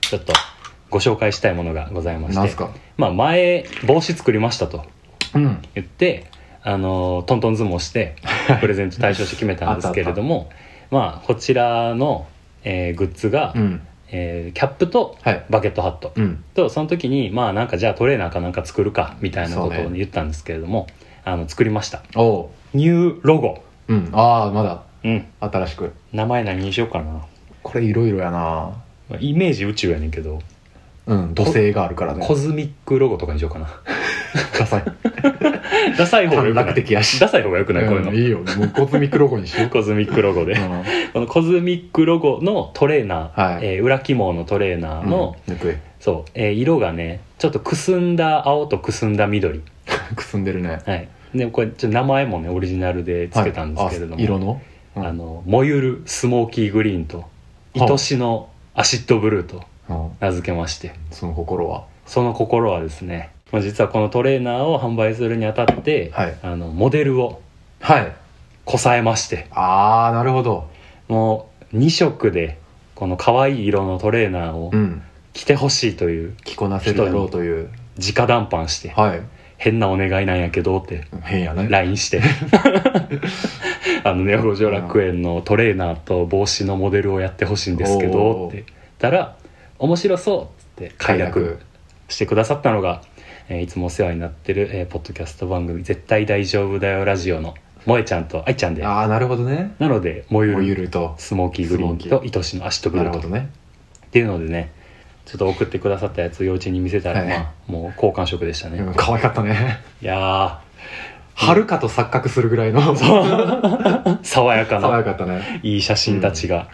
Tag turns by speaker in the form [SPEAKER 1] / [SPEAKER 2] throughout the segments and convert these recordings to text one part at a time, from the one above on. [SPEAKER 1] ちょっとご紹介したいものがございまし
[SPEAKER 2] なん
[SPEAKER 1] て
[SPEAKER 2] すか
[SPEAKER 1] まあ前帽子作りましたと
[SPEAKER 2] うん
[SPEAKER 1] 言ってあのトントン相撲してプレゼント対象して決めたんですけれどもまあこちらの、えーグッズが、
[SPEAKER 2] うん
[SPEAKER 1] えーキャップと
[SPEAKER 2] はい
[SPEAKER 1] バケットハット、
[SPEAKER 2] うん
[SPEAKER 1] とその時にまあなんかじゃあトレーナーかなんか作るかみたいなことを
[SPEAKER 2] そうね
[SPEAKER 1] 言ったんですけれども、あの作りました
[SPEAKER 2] おう
[SPEAKER 1] ニューロゴ
[SPEAKER 2] うんああまだ
[SPEAKER 1] うん
[SPEAKER 2] 新しく
[SPEAKER 1] 名前何にしようかな
[SPEAKER 2] これいろいろやな
[SPEAKER 1] まあイメージ宇宙やねんけど、
[SPEAKER 2] うん土星があるからね
[SPEAKER 1] コズミックロゴとかにしようか な
[SPEAKER 2] ダサい
[SPEAKER 1] ダサい方がよ
[SPEAKER 2] 短
[SPEAKER 1] くな
[SPEAKER 2] 絡
[SPEAKER 1] い
[SPEAKER 2] 的やし
[SPEAKER 1] ダサい方がよくない、こういうの
[SPEAKER 2] うんいいよもうコズミックロゴにしよう
[SPEAKER 1] コズミックロゴで、
[SPEAKER 2] うん
[SPEAKER 1] このコズミックロゴのトレーナー、
[SPEAKER 2] はい
[SPEAKER 1] えー裏肝のトレーナーの、
[SPEAKER 2] うんぬくい
[SPEAKER 1] そう、えー色がねちょっとくすんだ青とくすんだ緑
[SPEAKER 2] くすんでるね
[SPEAKER 1] はいでこれちょっと名前もねオリジナルでつけたんですけれども、
[SPEAKER 2] はいあ色のうん
[SPEAKER 1] あの「燃ゆるスモーキーグリーン」と「
[SPEAKER 2] はあ
[SPEAKER 1] 愛しのアシッドブルー」と
[SPEAKER 2] うん
[SPEAKER 1] 名付けまして
[SPEAKER 2] その心は
[SPEAKER 1] その心はですねまあ実はこのトレーナーを販売するにあたって、
[SPEAKER 2] はい
[SPEAKER 1] あのモデルを
[SPEAKER 2] はい
[SPEAKER 1] こさえまして
[SPEAKER 2] ああなるほど
[SPEAKER 1] もう2色でこの可愛い色のトレーナーを
[SPEAKER 2] うん
[SPEAKER 1] 着てほしいという
[SPEAKER 2] 着こなせるだろうという
[SPEAKER 1] 直談判して
[SPEAKER 2] はい
[SPEAKER 1] 「変なお願いなんやけど」って
[SPEAKER 2] 変やね
[SPEAKER 1] LINE してあのネオ五条楽園のトレーナーと帽子のモデルをやってほしいんですけど
[SPEAKER 2] おー
[SPEAKER 1] って言ったら「面白そう」っつって快諾してくださったのが、えーいつもお世話になってる、えーポッドキャスト番組「絶対大丈夫だよラジオ」の萌えちゃんと愛ちゃんでな
[SPEAKER 2] ああなるほどね
[SPEAKER 1] ので「萌
[SPEAKER 2] お
[SPEAKER 1] ゆ
[SPEAKER 2] ゆ
[SPEAKER 1] る
[SPEAKER 2] ると
[SPEAKER 1] スモーキーグリーン」
[SPEAKER 2] スモ
[SPEAKER 1] と「愛しの足とブ
[SPEAKER 2] な
[SPEAKER 1] ル
[SPEAKER 2] る
[SPEAKER 1] ー
[SPEAKER 2] ほ
[SPEAKER 1] ト
[SPEAKER 2] ど」ね
[SPEAKER 1] っていうのでねちょっと送ってくださったやつを幼稚に見せたら、
[SPEAKER 2] はい
[SPEAKER 1] まあ、もう好感触でしたね、
[SPEAKER 2] う
[SPEAKER 1] い
[SPEAKER 2] ん可愛かったね
[SPEAKER 1] や
[SPEAKER 2] はるかと錯覚するぐらいの
[SPEAKER 1] ー爽やか
[SPEAKER 2] 爽
[SPEAKER 1] な
[SPEAKER 2] やかったね
[SPEAKER 1] いい写真たちが、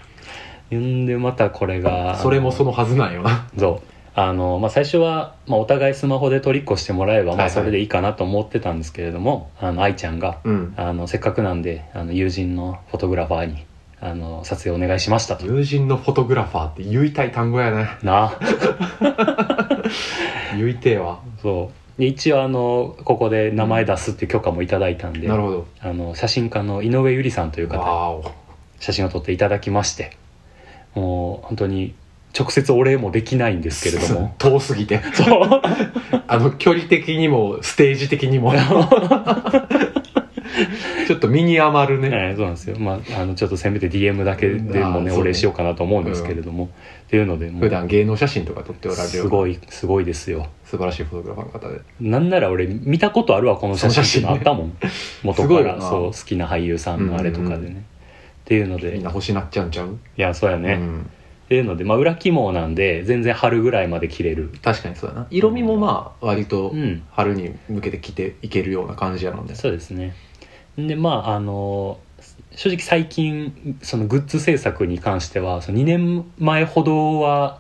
[SPEAKER 1] ん、でまたこれが
[SPEAKER 2] それもそのはずなんよな
[SPEAKER 1] そうあの、まあ、最初は、まあ、お互いスマホで取りっこしてもらえば、ま
[SPEAKER 2] はいは
[SPEAKER 1] あ、
[SPEAKER 2] い
[SPEAKER 1] それでいいかなと思ってたんですけれども、あの愛ちゃんが
[SPEAKER 2] うん
[SPEAKER 1] あのせっかくなんであの友人のフォトグラファーにあの撮影お願いしましたと。
[SPEAKER 2] 友人のフォトグラファーって言いたい単語やね
[SPEAKER 1] なあ
[SPEAKER 2] 言いてえわ
[SPEAKER 1] そうで一応あのここで名前出すっていう許可もいただいたんで、
[SPEAKER 2] なるほど
[SPEAKER 1] あの写真家の井上由里さんという方
[SPEAKER 2] わー
[SPEAKER 1] 写真を撮っていただきましてもう本当に直接お礼もできないんですけれども
[SPEAKER 2] お 遠すぎて
[SPEAKER 1] そう
[SPEAKER 2] あの距離的にもステージ的 にもちょっと身に余るね、
[SPEAKER 1] ええそうなんですよ、まあ、あのちょっとせめて DM だけでもね
[SPEAKER 2] あー
[SPEAKER 1] お礼しようかなと思うんですけれども、っていうのでも
[SPEAKER 2] 普
[SPEAKER 1] う
[SPEAKER 2] 段芸能写真とか撮っておられる
[SPEAKER 1] すごいすごいですよ
[SPEAKER 2] 素晴らしいフォトグラファーの方で
[SPEAKER 1] なんなら俺見たことあるわこの写真っていうのあった もん、元か
[SPEAKER 2] すごいよ
[SPEAKER 1] ら
[SPEAKER 2] な
[SPEAKER 1] そう好きな俳優さんのあれとかでね、
[SPEAKER 2] うんうん
[SPEAKER 1] っていうので
[SPEAKER 2] みん
[SPEAKER 1] い
[SPEAKER 2] な星なっちゃうんちゃう、
[SPEAKER 1] やそうやね、
[SPEAKER 2] う
[SPEAKER 1] っ
[SPEAKER 2] ん、
[SPEAKER 1] ていうので、まあ、裏起毛なんで全然春ぐらいまで着れる
[SPEAKER 2] 確かにそうだな色味もまあ割と
[SPEAKER 1] うん
[SPEAKER 2] 春に向けて着ていけるような感じやので、
[SPEAKER 1] そうですねでまああの正直最近そのグッズ制作に関してはその2年前ほどは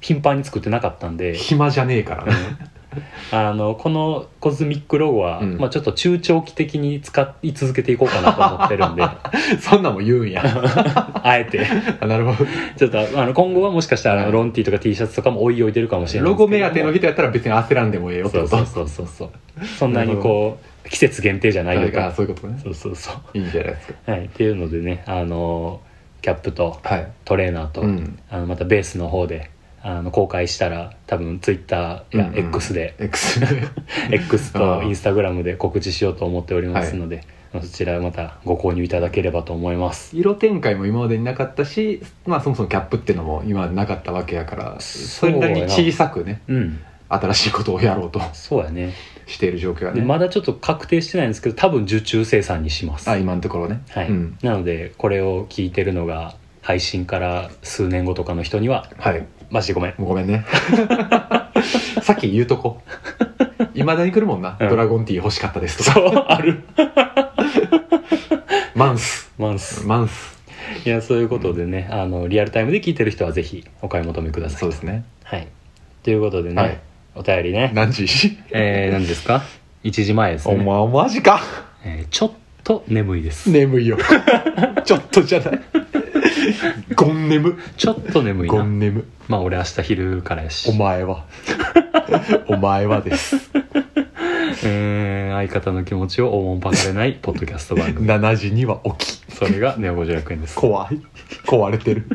[SPEAKER 1] 頻繁に作ってなかったんで
[SPEAKER 2] 暇じゃねえからね
[SPEAKER 1] あのこのコズミックロゴは、
[SPEAKER 2] うん
[SPEAKER 1] まあ、ちょっと中長期的に使い続けていこうかなと思ってるん であ
[SPEAKER 2] そんなんも言うんや
[SPEAKER 1] えて
[SPEAKER 2] あなるほど
[SPEAKER 1] ちょっとあの今後はもしかしたらあ
[SPEAKER 2] は
[SPEAKER 1] の
[SPEAKER 2] い
[SPEAKER 1] ロンティーとか T シャツとかもおいおい出るかもしれない
[SPEAKER 2] ロ
[SPEAKER 1] ですけ
[SPEAKER 2] ゴ
[SPEAKER 1] ど
[SPEAKER 2] 目当ての人やったら別に焦らんでもええよって
[SPEAKER 1] そ
[SPEAKER 2] こ
[SPEAKER 1] う
[SPEAKER 2] と
[SPEAKER 1] そうそうそうそうそんなにこう季節限定じゃないよ
[SPEAKER 2] 誰か
[SPEAKER 1] と
[SPEAKER 2] そういうことね
[SPEAKER 1] そうそうそ
[SPEAKER 2] いいんじゃないですか
[SPEAKER 1] うはいっていうのでねあのキャップと
[SPEAKER 2] はい、
[SPEAKER 1] トレーナーと、
[SPEAKER 2] うん、
[SPEAKER 1] あのまたベースの方であの公開したら多分ツイッターや
[SPEAKER 2] うんうん
[SPEAKER 1] X で、
[SPEAKER 2] X で
[SPEAKER 1] X
[SPEAKER 2] あ
[SPEAKER 1] と
[SPEAKER 2] あ
[SPEAKER 1] インスタグラムで告知しようと思っておりますので、そちらまたご購入いただければと思います
[SPEAKER 2] 色展開も今までになかったし、まあ、そもそもキャップっていうのも今までなかったわけやから
[SPEAKER 1] そ
[SPEAKER 2] そう
[SPEAKER 1] や
[SPEAKER 2] ん
[SPEAKER 1] な
[SPEAKER 2] なに小さくね
[SPEAKER 1] うん
[SPEAKER 2] 新しいことをやろうと
[SPEAKER 1] そうやね
[SPEAKER 2] している状況や
[SPEAKER 1] で
[SPEAKER 2] ね、
[SPEAKER 1] まだちょっと確定してないんですけど多分受注生産にします
[SPEAKER 2] あ今のところね、
[SPEAKER 1] はい
[SPEAKER 2] うん
[SPEAKER 1] なのでこれを聞いてるのが配信から数年後とかの人には
[SPEAKER 2] はい、
[SPEAKER 1] マジでごめん
[SPEAKER 2] もうごめんね さっき言うとこいまだに来るもんな、
[SPEAKER 1] うん
[SPEAKER 2] ドラゴンティー欲しかったです」と
[SPEAKER 1] そ
[SPEAKER 2] か
[SPEAKER 1] うある
[SPEAKER 2] 「マンス
[SPEAKER 1] マンス」
[SPEAKER 2] マンス
[SPEAKER 1] いやそういうことでね、あのリアルタイムで聞いてる人はぜひお買い求めくださ
[SPEAKER 2] そ
[SPEAKER 1] いう
[SPEAKER 2] ですね
[SPEAKER 1] はいということでね、
[SPEAKER 2] はい
[SPEAKER 1] お便りね
[SPEAKER 2] 何時
[SPEAKER 1] えー、何ですか1時前です
[SPEAKER 2] お
[SPEAKER 1] ね、
[SPEAKER 2] 前マジか
[SPEAKER 1] えーちょっと眠いです
[SPEAKER 2] 眠いよ ちょっとじゃないゴン眠
[SPEAKER 1] ちょっと眠い
[SPEAKER 2] ゴ
[SPEAKER 1] な
[SPEAKER 2] ン眠
[SPEAKER 1] まあ俺明日昼からやし
[SPEAKER 2] お前はお前はです
[SPEAKER 1] えー相方の気持ちをおもんぱかれ ないポッドキャスト番組
[SPEAKER 2] 7時には起き
[SPEAKER 1] それがネオ5 0 0円です
[SPEAKER 2] 怖い壊れてる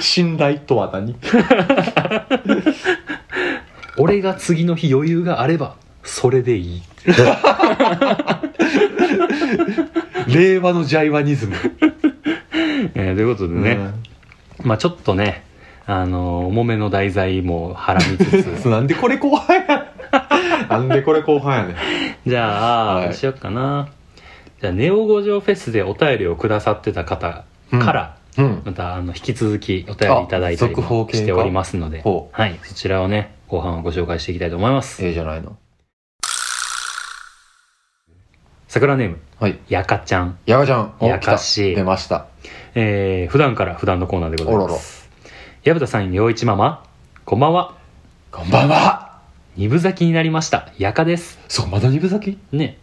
[SPEAKER 2] 信頼とは 何
[SPEAKER 1] 俺が次の日余裕があればそれでいい
[SPEAKER 2] 令和のジャイワニズム、
[SPEAKER 1] えーということでね、まあちょっとねあの重めの題材もはらみつ
[SPEAKER 2] うん
[SPEAKER 1] つ
[SPEAKER 2] そうなんでこれ後半やなんでこれ後半やねん
[SPEAKER 1] じゃあ、
[SPEAKER 2] はい
[SPEAKER 1] どうしようかなじゃあネオ五条フェスでお便りをくださってた方から、
[SPEAKER 2] うん
[SPEAKER 1] またあの引き続きお便りいただいたり
[SPEAKER 2] あ続報
[SPEAKER 1] も
[SPEAKER 2] 系か
[SPEAKER 1] しておりますので
[SPEAKER 2] ほ
[SPEAKER 1] はい、そちらをね後半はご紹介していきたいと思います、
[SPEAKER 2] ええじゃないの
[SPEAKER 1] 桜ネーム
[SPEAKER 2] はい
[SPEAKER 1] やかちゃん、
[SPEAKER 2] やかちゃんお
[SPEAKER 1] やかし
[SPEAKER 2] 来た出ました
[SPEAKER 1] えー、普段から普段のコーナーでございます矢蓋さん陽一ママこんばんは
[SPEAKER 2] こんばんは
[SPEAKER 1] 二分咲きになりましたやかです
[SPEAKER 2] そうまだ二分先
[SPEAKER 1] ね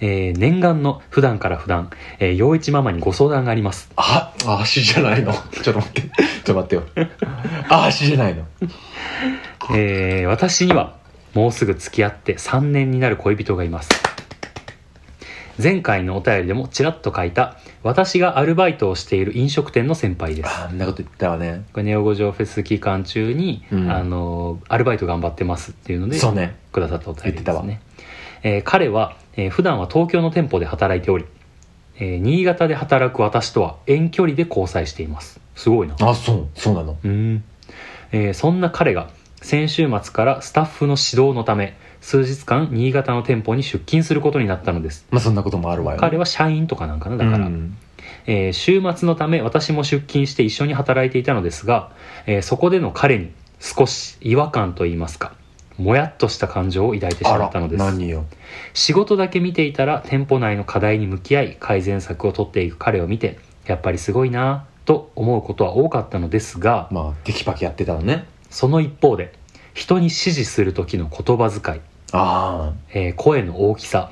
[SPEAKER 1] えー念願の普段から普段、えー、陽一ママにご相談があります
[SPEAKER 2] ああ足じゃないのちょっと待ってちょっと待ってよあ足じゃないの
[SPEAKER 1] えー私にはもうすぐ付き合って3年になる恋人がいます前回のお便りでもちらっと書いた私がアルバイトをしている飲食店の先輩です
[SPEAKER 2] あんなこと言ったわね
[SPEAKER 1] これネオ五条フェス期間中に、
[SPEAKER 2] うん
[SPEAKER 1] あのアルバイト頑張ってますっていうので
[SPEAKER 2] そうね
[SPEAKER 1] くださったお便り
[SPEAKER 2] 言って
[SPEAKER 1] で
[SPEAKER 2] た
[SPEAKER 1] す
[SPEAKER 2] わ
[SPEAKER 1] ね、えー彼は、えー普段は東京の店舗で働いており、えー新潟で働く私とは遠距離で交際していますすごいな
[SPEAKER 2] あそうそうなの
[SPEAKER 1] うん、えーそんな彼が先週末からスタッフの指導のため数日間新潟の店舗に出勤することになったのです
[SPEAKER 2] まあそんなこともあるわよ
[SPEAKER 1] 彼は社員とかなんかなだから、
[SPEAKER 2] うん
[SPEAKER 1] えー週末のため私も出勤して一緒に働いていたのですが、えーそこでの彼に少し違和感といいますかもやっとした感情を抱いてし
[SPEAKER 2] あ
[SPEAKER 1] ま
[SPEAKER 2] ら
[SPEAKER 1] ったのです
[SPEAKER 2] 何よ
[SPEAKER 1] 仕事だけ見ていたら店舗内の課題に向き合い改善策を取っていく彼を見てやっぱりすごいなぁと思うことは多かったのですが、
[SPEAKER 2] まあテキパキやってたのね
[SPEAKER 1] その一方で人に指示する時の言葉遣い、
[SPEAKER 2] あ
[SPEAKER 1] えー声の大きさ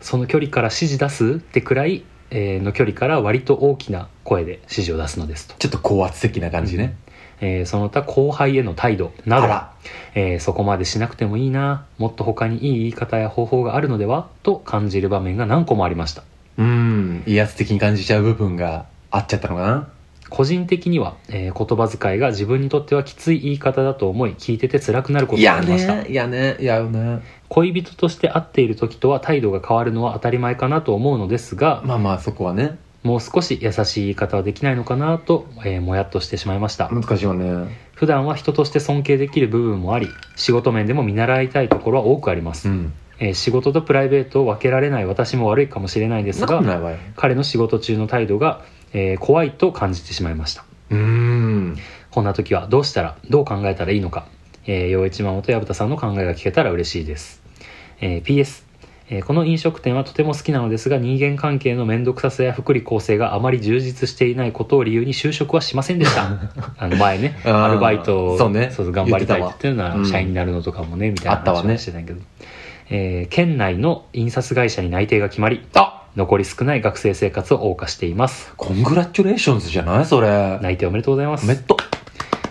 [SPEAKER 1] その距離から指示出すってくらい、えーの距離から割と大きな声で指示を出すのですと
[SPEAKER 2] あ、ちょっと高圧的な感じね、
[SPEAKER 1] えーその他後輩への態度
[SPEAKER 2] あ
[SPEAKER 1] など、
[SPEAKER 2] ら
[SPEAKER 1] えーそこまでしなくてもいいなもっと他にいい言い方や方法があるのではと感じる場面が何個もありました
[SPEAKER 2] うん威圧的に感じちゃう部分があっちゃったのかな
[SPEAKER 1] 個人的には、えー言葉遣いが自分にとってはきつい言い方だと思い聞いてて辛くなること
[SPEAKER 2] い
[SPEAKER 1] があ
[SPEAKER 2] や
[SPEAKER 1] りました
[SPEAKER 2] ねいやねいやよね
[SPEAKER 1] 恋人として会っている時とは態度が変わるのは当たり前かなと思うのですが、
[SPEAKER 2] まあまあそこはね
[SPEAKER 1] もう少し優しい言い方はできないのかなと、えーもやっとしてしまいました
[SPEAKER 2] 難しいわね
[SPEAKER 1] 普段は人として尊敬できる部分もあり仕事面でも見習いたいところは多くあります、
[SPEAKER 2] ん
[SPEAKER 1] えー仕事とプライベートを分けられない私も悪いかもしれないです
[SPEAKER 2] そんなこと
[SPEAKER 1] が
[SPEAKER 2] ないわよ
[SPEAKER 1] 彼の仕事中の態度が、えー怖いと感じてしまいました
[SPEAKER 2] うん
[SPEAKER 1] こんな時はどうしたらどう考えたらいいのか、えー、陽一ママと薮田さんの考えが聞けたら嬉しいです、えー PS、えーこの飲食店はとても好きなのですが人間関係の面倒くささや福利厚生があまり充実していないことを理由に就職はしませんでした あの前ね
[SPEAKER 2] あー
[SPEAKER 1] アルバイトを
[SPEAKER 2] そうね
[SPEAKER 1] 頑張りたい
[SPEAKER 2] 言
[SPEAKER 1] っ
[SPEAKER 2] って
[SPEAKER 1] ていうの
[SPEAKER 2] う
[SPEAKER 1] は
[SPEAKER 2] ん
[SPEAKER 1] 社員になるのとかもね、みたいな
[SPEAKER 2] あったわ
[SPEAKER 1] 話
[SPEAKER 2] ね
[SPEAKER 1] をしてたけど、えー県内の印刷会社に内定が決まり
[SPEAKER 2] あ
[SPEAKER 1] 残り少ない学生生活を謳歌しています
[SPEAKER 2] コングラッチュレーションズじゃないそれ
[SPEAKER 1] 内定おめでとうございます
[SPEAKER 2] めっと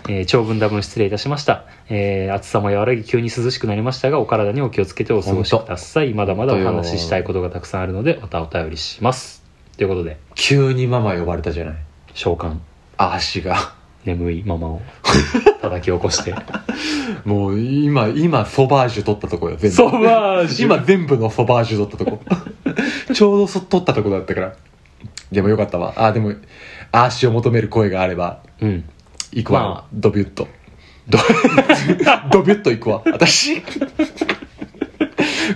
[SPEAKER 1] えー長文多文失礼いたしました、えー暑さも和らぎ急に涼しくなりましたがお体にお気をつけてお過ごしくださいまだまだお話ししたいことがたくさんあるのでまたお便りしますということで
[SPEAKER 2] 急にママ呼ばれたじゃない
[SPEAKER 1] 召喚
[SPEAKER 2] あ足が
[SPEAKER 1] 眠いママを叩き起こして
[SPEAKER 2] もう今今ソバージュ取ったとこよ全部
[SPEAKER 1] ソバージュ
[SPEAKER 2] 今全部のソバージュ取ったとこ ちょうどそ取ったとこだったからでもよかったわあでも足を求める声があれば
[SPEAKER 1] うん
[SPEAKER 2] 行くわ、
[SPEAKER 1] まあ
[SPEAKER 2] ドビュッとド ドビュッと行くわ私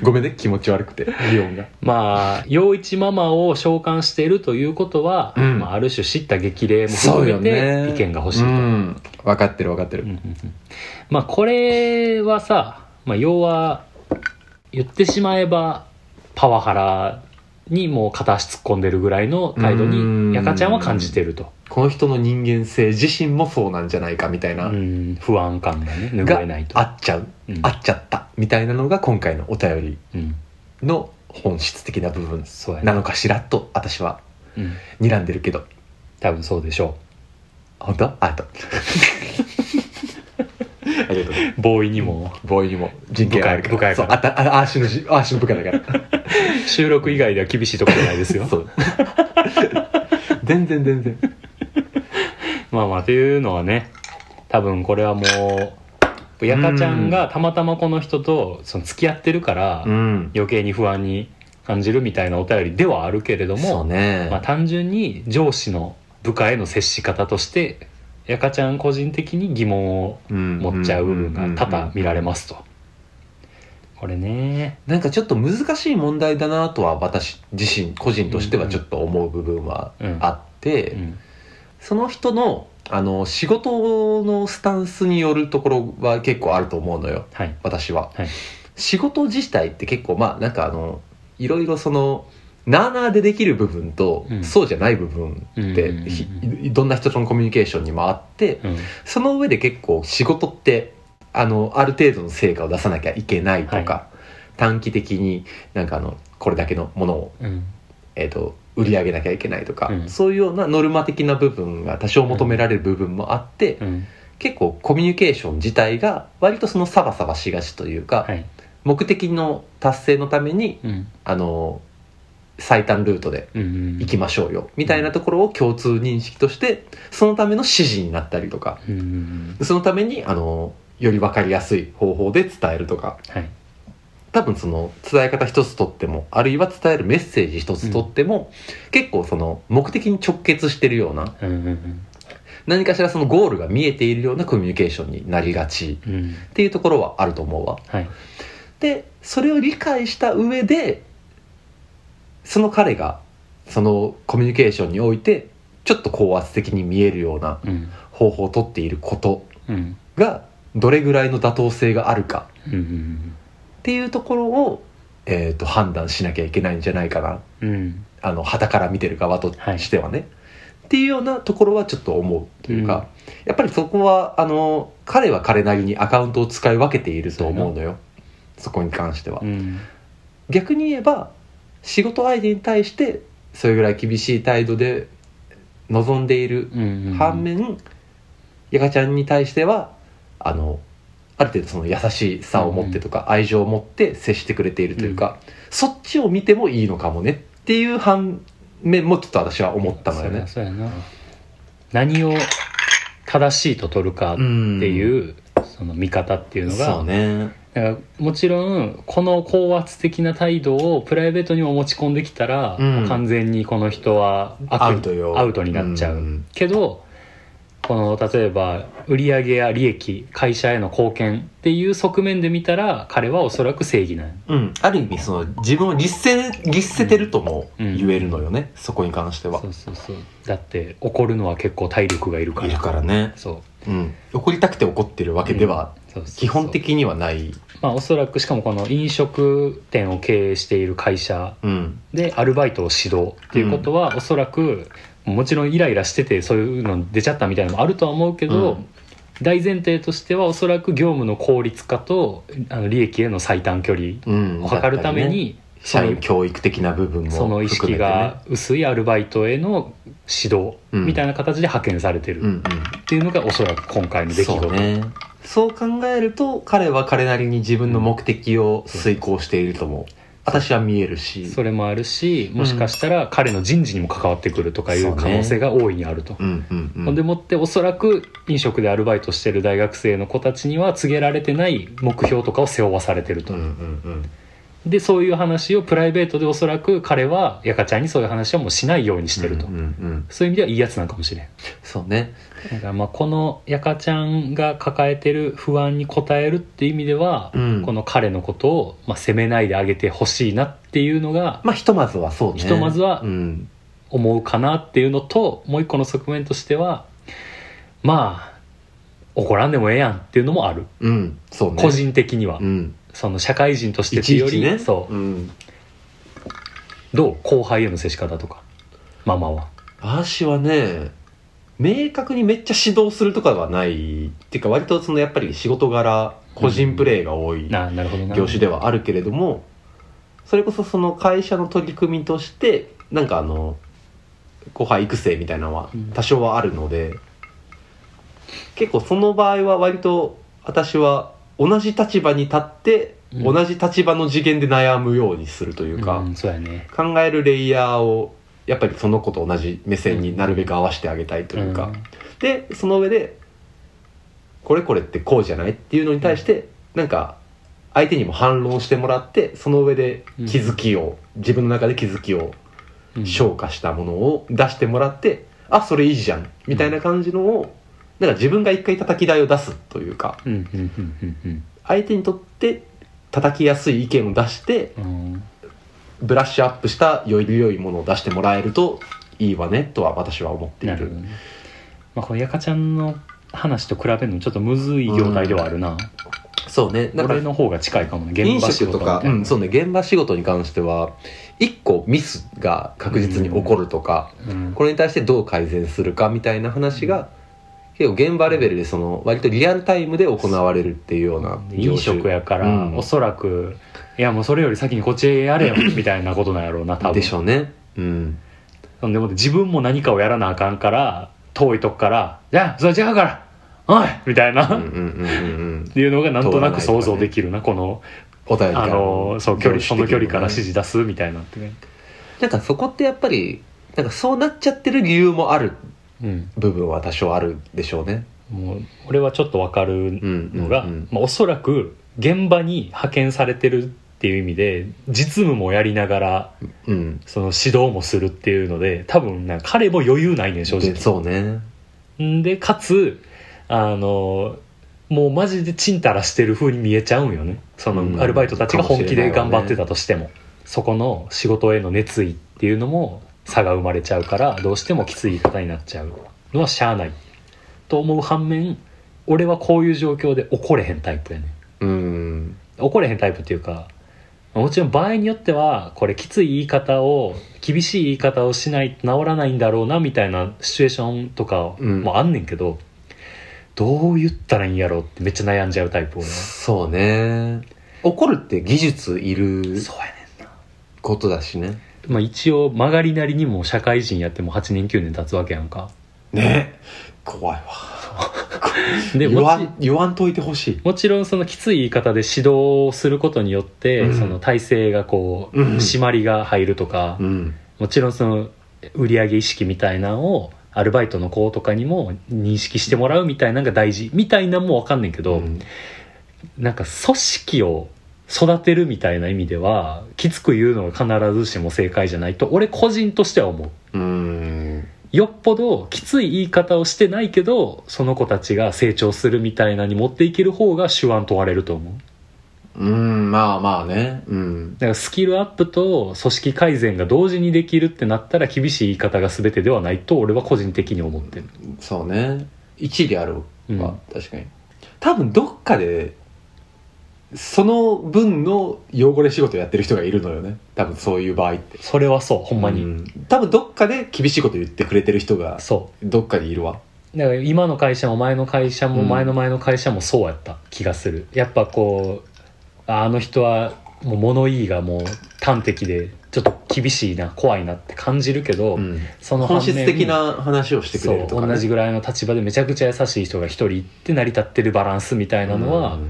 [SPEAKER 2] ごめんね気持ち悪くてリオンが
[SPEAKER 1] まあ陽一ママを召喚しているということは、
[SPEAKER 2] うん
[SPEAKER 1] まあ、ある種知った激励も含めて意見が欲しいと、
[SPEAKER 2] うん分かってる分かってる、
[SPEAKER 1] うんうんうんまあこれはさ、まあ、要は言ってしまえばパワハラにもう片足突っ込んでるぐらいの態度
[SPEAKER 2] う
[SPEAKER 1] に
[SPEAKER 2] ん
[SPEAKER 1] やかちゃんは感じてると
[SPEAKER 2] この人の人間性自身もそうなんじゃないかみたいな、
[SPEAKER 1] うん不安感がね拭
[SPEAKER 2] が
[SPEAKER 1] えないと
[SPEAKER 2] 合っちゃう、
[SPEAKER 1] うん
[SPEAKER 2] 合っちゃったみたいなのが今回のお便り
[SPEAKER 1] うん
[SPEAKER 2] の本質的な部分
[SPEAKER 1] そうや
[SPEAKER 2] な
[SPEAKER 1] ね、
[SPEAKER 2] のかしらと私は
[SPEAKER 1] うん、
[SPEAKER 2] 睨んでるけど
[SPEAKER 1] 多分そうでしょ
[SPEAKER 2] 本当 ありがとうありがとう
[SPEAKER 1] うボーイにも
[SPEAKER 2] ボーイにも人権あるから
[SPEAKER 1] 部下や部下
[SPEAKER 2] そう
[SPEAKER 1] や
[SPEAKER 2] あたあああしのじあしの部下だ から
[SPEAKER 1] 収録以外では 厳しいところないですよ
[SPEAKER 2] そう全然全然
[SPEAKER 1] まあまあっていうのはね多分これはもうやかちゃんがたまたまこの人とその付き合ってるから
[SPEAKER 2] うん
[SPEAKER 1] 余計に不安に感じるみたいなお便りではあるけれど
[SPEAKER 2] そ
[SPEAKER 1] も
[SPEAKER 2] う、ね、
[SPEAKER 1] まあ、単純に上司の部下への接し方としてやかちゃん個人的に疑問を
[SPEAKER 2] うん
[SPEAKER 1] 持っちゃう部分が多々見られ
[SPEAKER 2] す
[SPEAKER 1] ますと。これね
[SPEAKER 2] なんかちょっと難しい問題だなとは私自身個人としてはちょっと思う部分はあって、
[SPEAKER 1] うん
[SPEAKER 2] その人のあの仕事のスタンスによるところは結構あると思うのよ
[SPEAKER 1] はい
[SPEAKER 2] 私は、
[SPEAKER 1] はい
[SPEAKER 2] 仕事自体って結構まあなんかあのいろいろそのなあなあでできる部分と、
[SPEAKER 1] うん
[SPEAKER 2] そうじゃない部分って、
[SPEAKER 1] うんうんうん
[SPEAKER 2] ひどんな人とのコミュニケーションにもあって、
[SPEAKER 1] うん
[SPEAKER 2] その上で結構仕事ってあのある程度の成果を出さなきゃいけないとか、
[SPEAKER 1] は
[SPEAKER 2] 短期的になんかあのこれだけのものを、
[SPEAKER 1] うん
[SPEAKER 2] えー、と売り上げなきゃいけないとか、
[SPEAKER 1] うん
[SPEAKER 2] そういうようなノルマ的な部分が多少求められる部分もあって、
[SPEAKER 1] うん
[SPEAKER 2] 結構コミュニケーション自体が割とそのサバサバしがちというか、
[SPEAKER 1] はい
[SPEAKER 2] 目的の達成のために
[SPEAKER 1] うん
[SPEAKER 2] あの最短ルートで
[SPEAKER 1] うんうん
[SPEAKER 2] 行きましょうよ、みたいなところを共通認識としてそのための指示になったりとか
[SPEAKER 1] うんうん
[SPEAKER 2] そのためにあのより分かりやすい方法で伝えるとか
[SPEAKER 1] はい
[SPEAKER 2] 多分その伝え方一つとってもあるいは伝えるメッセージ一つとっても、結構その目的に直結してるような
[SPEAKER 1] うんうん
[SPEAKER 2] 何かしらそのゴールが見えているようなコミュニケーションになりがち
[SPEAKER 1] うんうん
[SPEAKER 2] っていうところはあると思うわ。
[SPEAKER 1] はい
[SPEAKER 2] でそれを理解した上でその彼がそのコミュニケーションにおいてちょっと高圧的に見えるような
[SPEAKER 1] うん
[SPEAKER 2] 方法をとっていること
[SPEAKER 1] うん
[SPEAKER 2] がどれぐらいの妥当性があるか
[SPEAKER 1] うんうん
[SPEAKER 2] っていうところを、えー、と判断しなきゃいけないんじゃないかな
[SPEAKER 1] うん
[SPEAKER 2] あの傍から見てる側と
[SPEAKER 1] はい
[SPEAKER 2] してはね、っていうようなところはちょっと思うというか、やっぱりそこはあの彼は彼なりにアカウントを使い分けていると思うのよそこに関しては、
[SPEAKER 1] うん
[SPEAKER 2] 逆に言えば仕事相手に対してそれぐらい厳しい態度で望んでいる
[SPEAKER 1] うんうん
[SPEAKER 2] 反面やかちゃんに対してはあのある程度その優しさを持ってとか、愛情を持って接してくれているというか、そっちを見てもいいのかもねっていう反面もちょっと私は思ったのよね。
[SPEAKER 1] そうやそうやな何を正しいと取るかっていう、その見方っていうの
[SPEAKER 2] そ
[SPEAKER 1] が
[SPEAKER 2] うね
[SPEAKER 1] だからもちろんこの高圧的な態度をプライベートにも持ち込んできたら、
[SPEAKER 2] うん
[SPEAKER 1] もう完全にこの人は悪
[SPEAKER 2] アウトよ
[SPEAKER 1] アウトになっちゃう、
[SPEAKER 2] うん
[SPEAKER 1] けどこの例えば売上や利益会社への貢献っていう側面で見たら彼はおそらく正義なんや
[SPEAKER 2] うん、ある意味その自分を律せ律せてるとも
[SPEAKER 1] うん
[SPEAKER 2] 言えるのよね、そこに関しては
[SPEAKER 1] そうそうそうだって怒るのは結構体力がいるから
[SPEAKER 2] いるからね、
[SPEAKER 1] そう
[SPEAKER 2] うん、怒りたくて怒ってるわけでは
[SPEAKER 1] そうそうそう
[SPEAKER 2] 基本的にはない、
[SPEAKER 1] まあ、おそらくしかもこの飲食店を経営している会社
[SPEAKER 2] うん、
[SPEAKER 1] でアルバイトを指導っていうことは、おそらくもちろんイライラしててそういうの出ちゃったみたいなのもあるとは思うけど、
[SPEAKER 2] うん
[SPEAKER 1] 大前提としてはおそらく業務の効率化とあの利益への最短距離
[SPEAKER 2] うん、
[SPEAKER 1] を図るため
[SPEAKER 2] だったりね
[SPEAKER 1] に、そ
[SPEAKER 2] 社
[SPEAKER 1] の
[SPEAKER 2] 員教育的な部分も
[SPEAKER 1] その意識が薄いアルバイトへの指導
[SPEAKER 2] うん
[SPEAKER 1] みたいな形で派遣されて
[SPEAKER 2] 含
[SPEAKER 1] る
[SPEAKER 2] めてね、
[SPEAKER 1] っていうのがおそらく今回
[SPEAKER 2] うん
[SPEAKER 1] の
[SPEAKER 2] うん、
[SPEAKER 1] 出来
[SPEAKER 2] そ
[SPEAKER 1] 事
[SPEAKER 2] うねそう考えると彼は彼なりに自分の目的を遂行しているとも私は見えるし
[SPEAKER 1] それもあるしもしかしたら彼の人事にも関わってくるとかいう可能性が大いにあると。
[SPEAKER 2] うんうんうん
[SPEAKER 1] ほんでもっておそらく飲食でアルバイトしてる大学生の子たちには告げられてない目標とかを背負わされてる
[SPEAKER 2] う
[SPEAKER 1] と、
[SPEAKER 2] んうん
[SPEAKER 1] でそういう話をプライベートでおそらく彼はやかちゃんにそういう話はもうしないようにしてると、
[SPEAKER 2] うんうんうん
[SPEAKER 1] そういう意味ではいいやつなんかもしれん
[SPEAKER 2] そうね
[SPEAKER 1] だからまあこのやかちゃんが抱えてる不安に応えるっていう意味では、
[SPEAKER 2] うん
[SPEAKER 1] この彼のことをまあ責めないであげてほしいなっていうのが
[SPEAKER 2] まあひとまずはそうね
[SPEAKER 1] ひとまずは
[SPEAKER 2] うん
[SPEAKER 1] 思うかなっていうのともう一個の側面としてはまあ怒らんでもええやんっていうのもある
[SPEAKER 2] うんそうね
[SPEAKER 1] 個人的には、
[SPEAKER 2] うん
[SPEAKER 1] その社会人として
[SPEAKER 2] い
[SPEAKER 1] っていう
[SPEAKER 2] ちい
[SPEAKER 1] より
[SPEAKER 2] ちね
[SPEAKER 1] そう
[SPEAKER 2] うん
[SPEAKER 1] どう後輩への接し方とかママは
[SPEAKER 2] 私はね明確にめっちゃ指導するとかはないっていうか割とそのやっぱり仕事柄個人プレーが多い
[SPEAKER 1] ななるほどな
[SPEAKER 2] 業種ではあるけれどもそれこそその会社の取り組みとしてなんかあの後輩育成みたいなのは
[SPEAKER 1] うん
[SPEAKER 2] 多少はあるので、結構その場合は割と私は同じ立場に立って、
[SPEAKER 1] うん
[SPEAKER 2] 同じ立場の次元で悩むようにするというか、
[SPEAKER 1] うん、そうやね
[SPEAKER 2] 考えるレイヤーをやっぱりその子と同じ目線になるべく合わせてあげたいというか、
[SPEAKER 1] うん
[SPEAKER 2] でその上でこれこれってこうじゃないっていうのに対して、なんか相手にも反論してもらってその上で気づきを、自分の中で気づきを
[SPEAKER 1] うん
[SPEAKER 2] 消化したものを出してもらって、あそれいいじゃんみたいな感じのを、なんか自分が一回叩き台を出すというか
[SPEAKER 1] うんうんうんうん
[SPEAKER 2] 相手にとって叩きやすい意見を出して
[SPEAKER 1] うんうん
[SPEAKER 2] ブラッシュアップしたより良いものを出してもらえるといいわねとは私は思ってい
[SPEAKER 1] なるほ
[SPEAKER 2] る
[SPEAKER 1] どね、まあ、このやかちゃんの話と比べるのちょっとむずい業態ではあるな、
[SPEAKER 2] そうねなんか
[SPEAKER 1] 俺の方が近いかもね
[SPEAKER 2] 飲
[SPEAKER 1] 現場仕
[SPEAKER 2] 食
[SPEAKER 1] 事
[SPEAKER 2] と
[SPEAKER 1] みた
[SPEAKER 2] か
[SPEAKER 1] い、な
[SPEAKER 2] うん、そうね現場仕事に関しては一個ミスが確実に起こるとか、
[SPEAKER 1] うん
[SPEAKER 2] これに対してどう改善するかみたいな話が、結構現場レベルでその割とリアルタイムで行われるっていうような
[SPEAKER 1] 飲食やから、
[SPEAKER 2] うん
[SPEAKER 1] おそらくいやもうそれより先にこっちや れよみたいなことなんやろうな多分
[SPEAKER 2] でしょうねうん
[SPEAKER 1] ほんでもって自分も何かをやらなあかんから遠いとこから「じゃあそれ違うからおい!」みたいな、
[SPEAKER 2] うんうん
[SPEAKER 1] っ
[SPEAKER 2] うんうんうん
[SPEAKER 1] ていうのがなんとなく
[SPEAKER 2] 通らないとかね
[SPEAKER 1] 想像できるなこの
[SPEAKER 2] お便りか
[SPEAKER 1] あ
[SPEAKER 2] ら
[SPEAKER 1] のそう距離その距離から指
[SPEAKER 2] 示
[SPEAKER 1] 示出すみたいなってね、
[SPEAKER 2] なんかそこってやっぱりなんかそうなっちゃってる理由もある
[SPEAKER 1] うん、
[SPEAKER 2] 部分は多少あるでしょうね
[SPEAKER 1] もう俺はちょっとわかる
[SPEAKER 2] うんうん
[SPEAKER 1] のが、
[SPEAKER 2] うん
[SPEAKER 1] まあ、おそらく現場に派遣されてるっていう意味で実務もやりながら
[SPEAKER 2] うん
[SPEAKER 1] その指導もするっていうので多分なんか彼も余裕ないねん正直
[SPEAKER 2] でそうね
[SPEAKER 1] んでかつあのもうマジでチンタラしてる風に見えちゃうんよねそ
[SPEAKER 2] うん
[SPEAKER 1] のアルバイトたちが本気で
[SPEAKER 2] かもしれないわ
[SPEAKER 1] 頑
[SPEAKER 2] ね
[SPEAKER 1] 張ってたとしてもそこの仕事への熱意っていうのも差が生まれちゃうからどうしてもきつい言い方になっちゃうのはしゃあないと思う反面俺はこういう状況で怒れへんタイプやね
[SPEAKER 2] うん
[SPEAKER 1] 怒れへんタイプっていうかもちろん場合によってはこれきつい言い方を厳しい言い方をしないと治らないんだろうなみたいなシチュエーションとか
[SPEAKER 2] うん
[SPEAKER 1] もあんねんけど、どう言ったらいいんやろうってめっちゃ悩んじゃうタイプ俺は
[SPEAKER 2] そうね怒るって技術いる
[SPEAKER 1] うやね
[SPEAKER 2] ことだしね
[SPEAKER 1] んまあ一応曲がりなりにも社会人やっても8年9年経つわけやんか
[SPEAKER 2] ね怖いわ
[SPEAKER 1] で
[SPEAKER 2] 言
[SPEAKER 1] も
[SPEAKER 2] わ
[SPEAKER 1] ち
[SPEAKER 2] ん言わんといてほしい
[SPEAKER 1] もちろんそのきつい言い方で指導をすることによって、
[SPEAKER 2] うん
[SPEAKER 1] その体制がこう、
[SPEAKER 2] うん
[SPEAKER 1] 締まりが入るとか、
[SPEAKER 2] うん
[SPEAKER 1] もちろんその売り上げ意識みたいなのをアルバイトの子とかにも認識してもらうみたいなのが大事みたいなんもわかんねんけど、
[SPEAKER 2] うん
[SPEAKER 1] なんか組織を育てるみたいな意味ではきつく言うのが必ずしも正解じゃないと俺個人としては思う。
[SPEAKER 2] うん
[SPEAKER 1] よっぽどきつい言い方をしてないけどその子たちが成長するみたいなに持っていける方が手腕問われると思う
[SPEAKER 2] うんまあまあねうん
[SPEAKER 1] だからスキルアップと組織改善が同時にできるってなったら厳しい言い方が全てではないと俺は個人的に思ってる
[SPEAKER 2] そうね一理あるわ、
[SPEAKER 1] うん
[SPEAKER 2] 確かに多分どっかでその分の汚れ仕事やってる人がいるのよね多分そういう場合って
[SPEAKER 1] それはそうほんまに、
[SPEAKER 2] うん多分どっかで厳しいこと言ってくれてる人が
[SPEAKER 1] そ
[SPEAKER 2] どっかにいるわ
[SPEAKER 1] うだから今の会社も前の会社も
[SPEAKER 2] うん
[SPEAKER 1] 前の前の会社もそうやった気がする、やっぱこうああの人はもう物言いがもう端的でちょっと厳しいな怖いなって感じるけど、
[SPEAKER 2] うん
[SPEAKER 1] その
[SPEAKER 2] 本
[SPEAKER 1] 反面
[SPEAKER 2] 質的な話をしてくれると
[SPEAKER 1] そ
[SPEAKER 2] か、
[SPEAKER 1] う
[SPEAKER 2] ね、
[SPEAKER 1] 同じぐらいの立場でめちゃくちゃ優しい人が一人って成り立ってるバランスみたいなのは、
[SPEAKER 2] う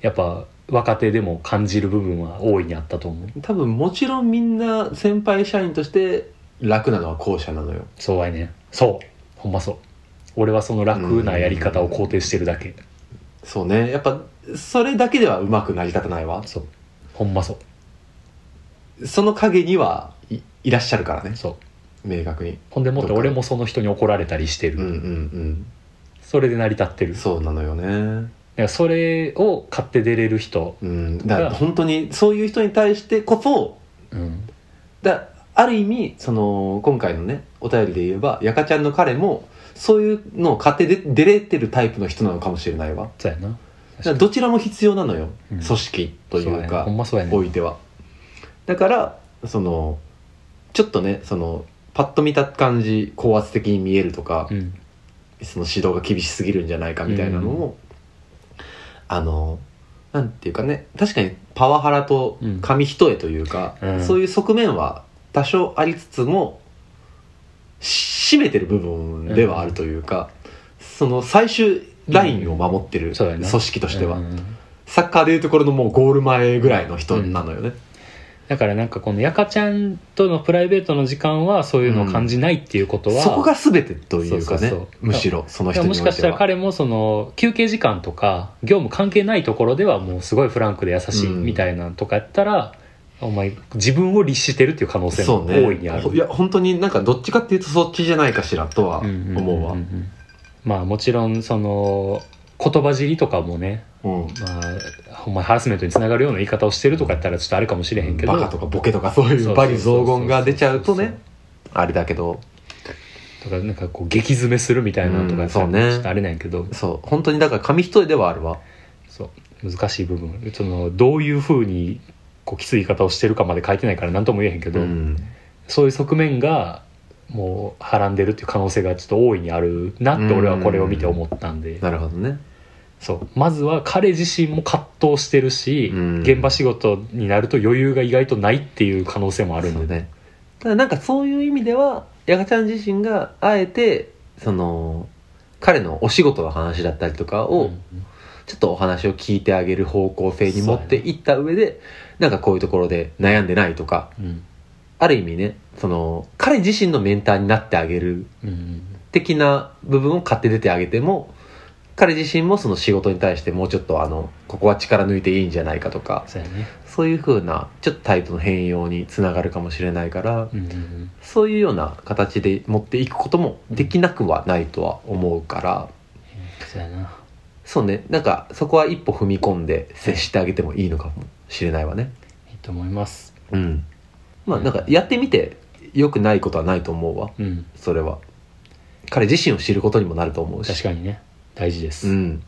[SPEAKER 1] やっぱ若手でも感じる部分は大いにあったと思うん
[SPEAKER 2] 多分もちろんみんな先輩社員として楽なのは後者なのよ
[SPEAKER 1] そうやねそうほんまそう俺はその楽なやり方を肯定してるだけ
[SPEAKER 2] そうねやっぱそれだけではうまく成り立たないわ
[SPEAKER 1] そうほんまそう
[SPEAKER 2] その影にはいいらっしゃるからね
[SPEAKER 1] そう
[SPEAKER 2] 明確に
[SPEAKER 1] ほんでもって
[SPEAKER 2] どっか
[SPEAKER 1] 俺もその人に怒られたりしてる、
[SPEAKER 2] うんうん
[SPEAKER 1] それで成り立って
[SPEAKER 2] う
[SPEAKER 1] る
[SPEAKER 2] ん
[SPEAKER 1] だ
[SPEAKER 2] そうなのよね
[SPEAKER 1] からそれを買って出れる人、
[SPEAKER 2] うんだから本当にそういう人に対してこそ
[SPEAKER 1] うん、
[SPEAKER 2] だある意味その今回のねお便りで言えばやかちゃんの彼もそういうのを買ってで出れてるタイプの人なのかもしれないわ
[SPEAKER 1] そうやな
[SPEAKER 2] だからどちらも必要なのよ、
[SPEAKER 1] うん
[SPEAKER 2] 組織とい
[SPEAKER 1] そうやね
[SPEAKER 2] か
[SPEAKER 1] ほんまそうやね
[SPEAKER 2] おいてはだからそのちょっとねそのパッと見た感じ高圧的に見えるとか、
[SPEAKER 1] うん
[SPEAKER 2] その指導が厳しすぎるんじゃないかみたいなのを、あのなんていうかね確かにパワハラと
[SPEAKER 1] うん
[SPEAKER 2] 紙一重というか、
[SPEAKER 1] うん
[SPEAKER 2] そういう側面は多少ありつつもし占めてる部分ではあるというか、その最終ラインを守ってる
[SPEAKER 1] そうや
[SPEAKER 2] 組
[SPEAKER 1] な
[SPEAKER 2] 織としては、
[SPEAKER 1] うん
[SPEAKER 2] サッカーでいうところのもうゴール前ぐらいの人なのよね、
[SPEAKER 1] だからなんかこのやかちゃんとのプライベートの時間はそういうのを感じないっていうことは、
[SPEAKER 2] そこが全てというか
[SPEAKER 1] そ
[SPEAKER 2] ね
[SPEAKER 1] うそうそう
[SPEAKER 2] むしろその
[SPEAKER 1] いや
[SPEAKER 2] 人に
[SPEAKER 1] も
[SPEAKER 2] お
[SPEAKER 1] し
[SPEAKER 2] いては
[SPEAKER 1] かしたら彼もその休憩時間とか業務関係ないところではもうすごいフランクで優しい
[SPEAKER 2] うん
[SPEAKER 1] みたいなとかやったら、お前自分を律してるっていう可能性も大いにある
[SPEAKER 2] そうねいや本当になんかどっちかっていうとそっちじゃないかしらとは
[SPEAKER 1] うんうんうんうん
[SPEAKER 2] 思うわうん
[SPEAKER 1] まあもちろんその言葉尻とかもね、まあ、ほんまハラスメントにつながるような言い方をしてるとかやったらちょっとあるかもしれへんけど、
[SPEAKER 2] バカとかボケとかそういう罵詈雑言が出ちゃうとねあれだけど
[SPEAKER 1] とかなんかこう激詰めするみたいなのとかやったら
[SPEAKER 2] うんそうね
[SPEAKER 1] ちょっとあれなんやけど、
[SPEAKER 2] そう本当にだから紙一重ではあるわ
[SPEAKER 1] そう難しい部分そのどういうふうにこうきつい言い方をしてるかまで書いてないから何とも言えへんけど、
[SPEAKER 2] うん
[SPEAKER 1] そういう側面がもうはらんでるっていう可能性がちょっと大いにあるなって俺はこれを見て思ったんで、
[SPEAKER 2] なるほどね
[SPEAKER 1] そうまずは彼自身も葛藤してるし、
[SPEAKER 2] うん
[SPEAKER 1] 現場仕事になると余裕が意外とないっていう可能性もある
[SPEAKER 2] そ
[SPEAKER 1] ん
[SPEAKER 2] う
[SPEAKER 1] で、
[SPEAKER 2] ねただなんかそういう意味ではやがちゃん自身があえてその彼のお仕事の話だったりとか
[SPEAKER 1] う
[SPEAKER 2] を、
[SPEAKER 1] ん
[SPEAKER 2] ちょっとお話を聞いてあげる方向性に持っていった上で、なんかこういうところで悩んでないとか
[SPEAKER 1] うん
[SPEAKER 2] ある意味ねその彼自身のメンターになってあげる
[SPEAKER 1] うん
[SPEAKER 2] 的な部分を買って出てあげても彼自身もその仕事に対してもうちょっとあのここは力抜いていいんじゃないかとか
[SPEAKER 1] そうやね、
[SPEAKER 2] そういう風なちょっと態度の変容につながるかもしれないから
[SPEAKER 1] うんうんうん
[SPEAKER 2] そういうような形で持っていくこともできなくはないとは思うから
[SPEAKER 1] そうやな
[SPEAKER 2] そうねなんかそこは一歩踏み込んで接してあげてもいいのかもしれないわね。
[SPEAKER 1] いいと思います
[SPEAKER 2] うん、まあなんかやってみて良くないことはないと思うわ
[SPEAKER 1] うん
[SPEAKER 2] それは彼自身を知ることにもなると思うし
[SPEAKER 1] 確かにね大事です、
[SPEAKER 2] うん、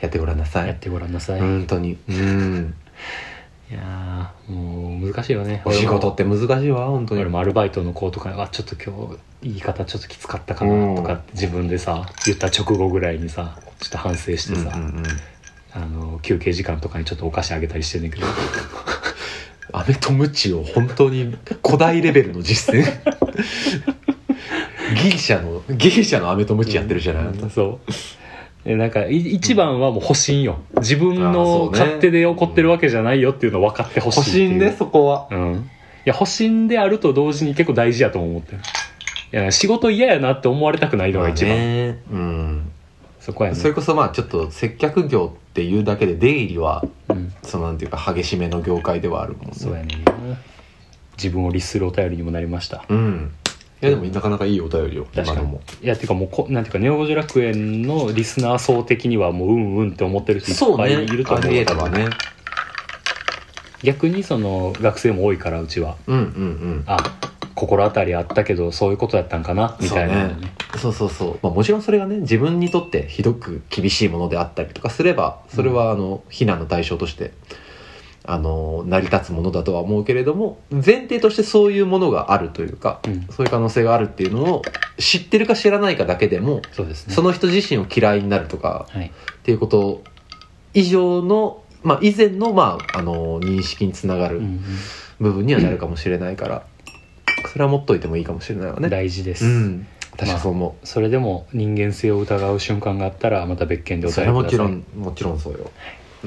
[SPEAKER 2] やってごらんなさい
[SPEAKER 1] やってごらんなさい、
[SPEAKER 2] 本当に うん
[SPEAKER 1] いやーもう難しいよね
[SPEAKER 2] お仕事って難しいわ本当に
[SPEAKER 1] 俺もアルバイトの子とかあちょっと今日言い方ちょっときつかったかなとかって自分でさ言った直後ぐらいにさちょっと反省してさ、
[SPEAKER 2] うんうんうん
[SPEAKER 1] あの休憩時間とかにちょっとお菓子あげたりしてんねんけど
[SPEAKER 2] 飴とムチを本当に 古代レベルの実践 ギリシャのギリシャの飴とムチやってるじゃない、
[SPEAKER 1] うんそうえなんかい一番はもう保身よ自分の
[SPEAKER 2] あーそうね
[SPEAKER 1] 勝手で怒ってるわけじゃないよっていうのを分かってほしい
[SPEAKER 2] 保
[SPEAKER 1] っていう
[SPEAKER 2] 身ねそこは
[SPEAKER 1] うんいや保身であると同時に結構大事やとも思ってるいや仕事嫌やなって思われたくないのが一番、
[SPEAKER 2] まあねうん
[SPEAKER 1] そこやね
[SPEAKER 2] それこそまあちょっと接客業っていうだけで出入りは
[SPEAKER 1] うん
[SPEAKER 2] そのなんていうか激しめの業界ではあるもんね
[SPEAKER 1] そうやねんな自分を律するお便りにもなりました
[SPEAKER 2] うんいやでもなかなかいいお便りよ
[SPEAKER 1] 確か
[SPEAKER 2] 今の
[SPEAKER 1] に
[SPEAKER 2] も
[SPEAKER 1] いやていうかもうこなんていうかネオ・ゴジョ楽園のリスナー層的にはもううんうんって思ってる人いっぱいいると
[SPEAKER 2] あ
[SPEAKER 1] 思う
[SPEAKER 2] りえたわね
[SPEAKER 1] 逆にその学生も多いからうちは
[SPEAKER 2] うんうんうん
[SPEAKER 1] あ心当たりあったけどそういうことだったんかなみたいなの
[SPEAKER 2] そ
[SPEAKER 1] ね
[SPEAKER 2] うねそうそうそう、まあ、もちろんそれがね自分にとってひどく厳しいものであったりとかすればそれはあの非難の対象としてあの成り立つものだとは思うけれども前提としてそういうものがあるというか
[SPEAKER 1] うん
[SPEAKER 2] そういう可能性があるっていうのを知ってるか知らないかだけでも
[SPEAKER 1] そうですね
[SPEAKER 2] その人自身を嫌いになるとか
[SPEAKER 1] はい
[SPEAKER 2] っていうこと以上の、まあ、以前の,、まあ、あの認識につなが
[SPEAKER 1] う
[SPEAKER 2] る
[SPEAKER 1] ん
[SPEAKER 2] 部分にはなるかもしれないからそれは持っといてもいいかもしれないわ
[SPEAKER 1] うん
[SPEAKER 2] ね。
[SPEAKER 1] 大事です、
[SPEAKER 2] うん、確かそう思う、
[SPEAKER 1] それでも人間性を疑う瞬間があったらまた別件でお
[SPEAKER 2] そ
[SPEAKER 1] 便
[SPEAKER 2] れ
[SPEAKER 1] り
[SPEAKER 2] は
[SPEAKER 1] くだ
[SPEAKER 2] もち
[SPEAKER 1] さい
[SPEAKER 2] ろんもちろんそうよう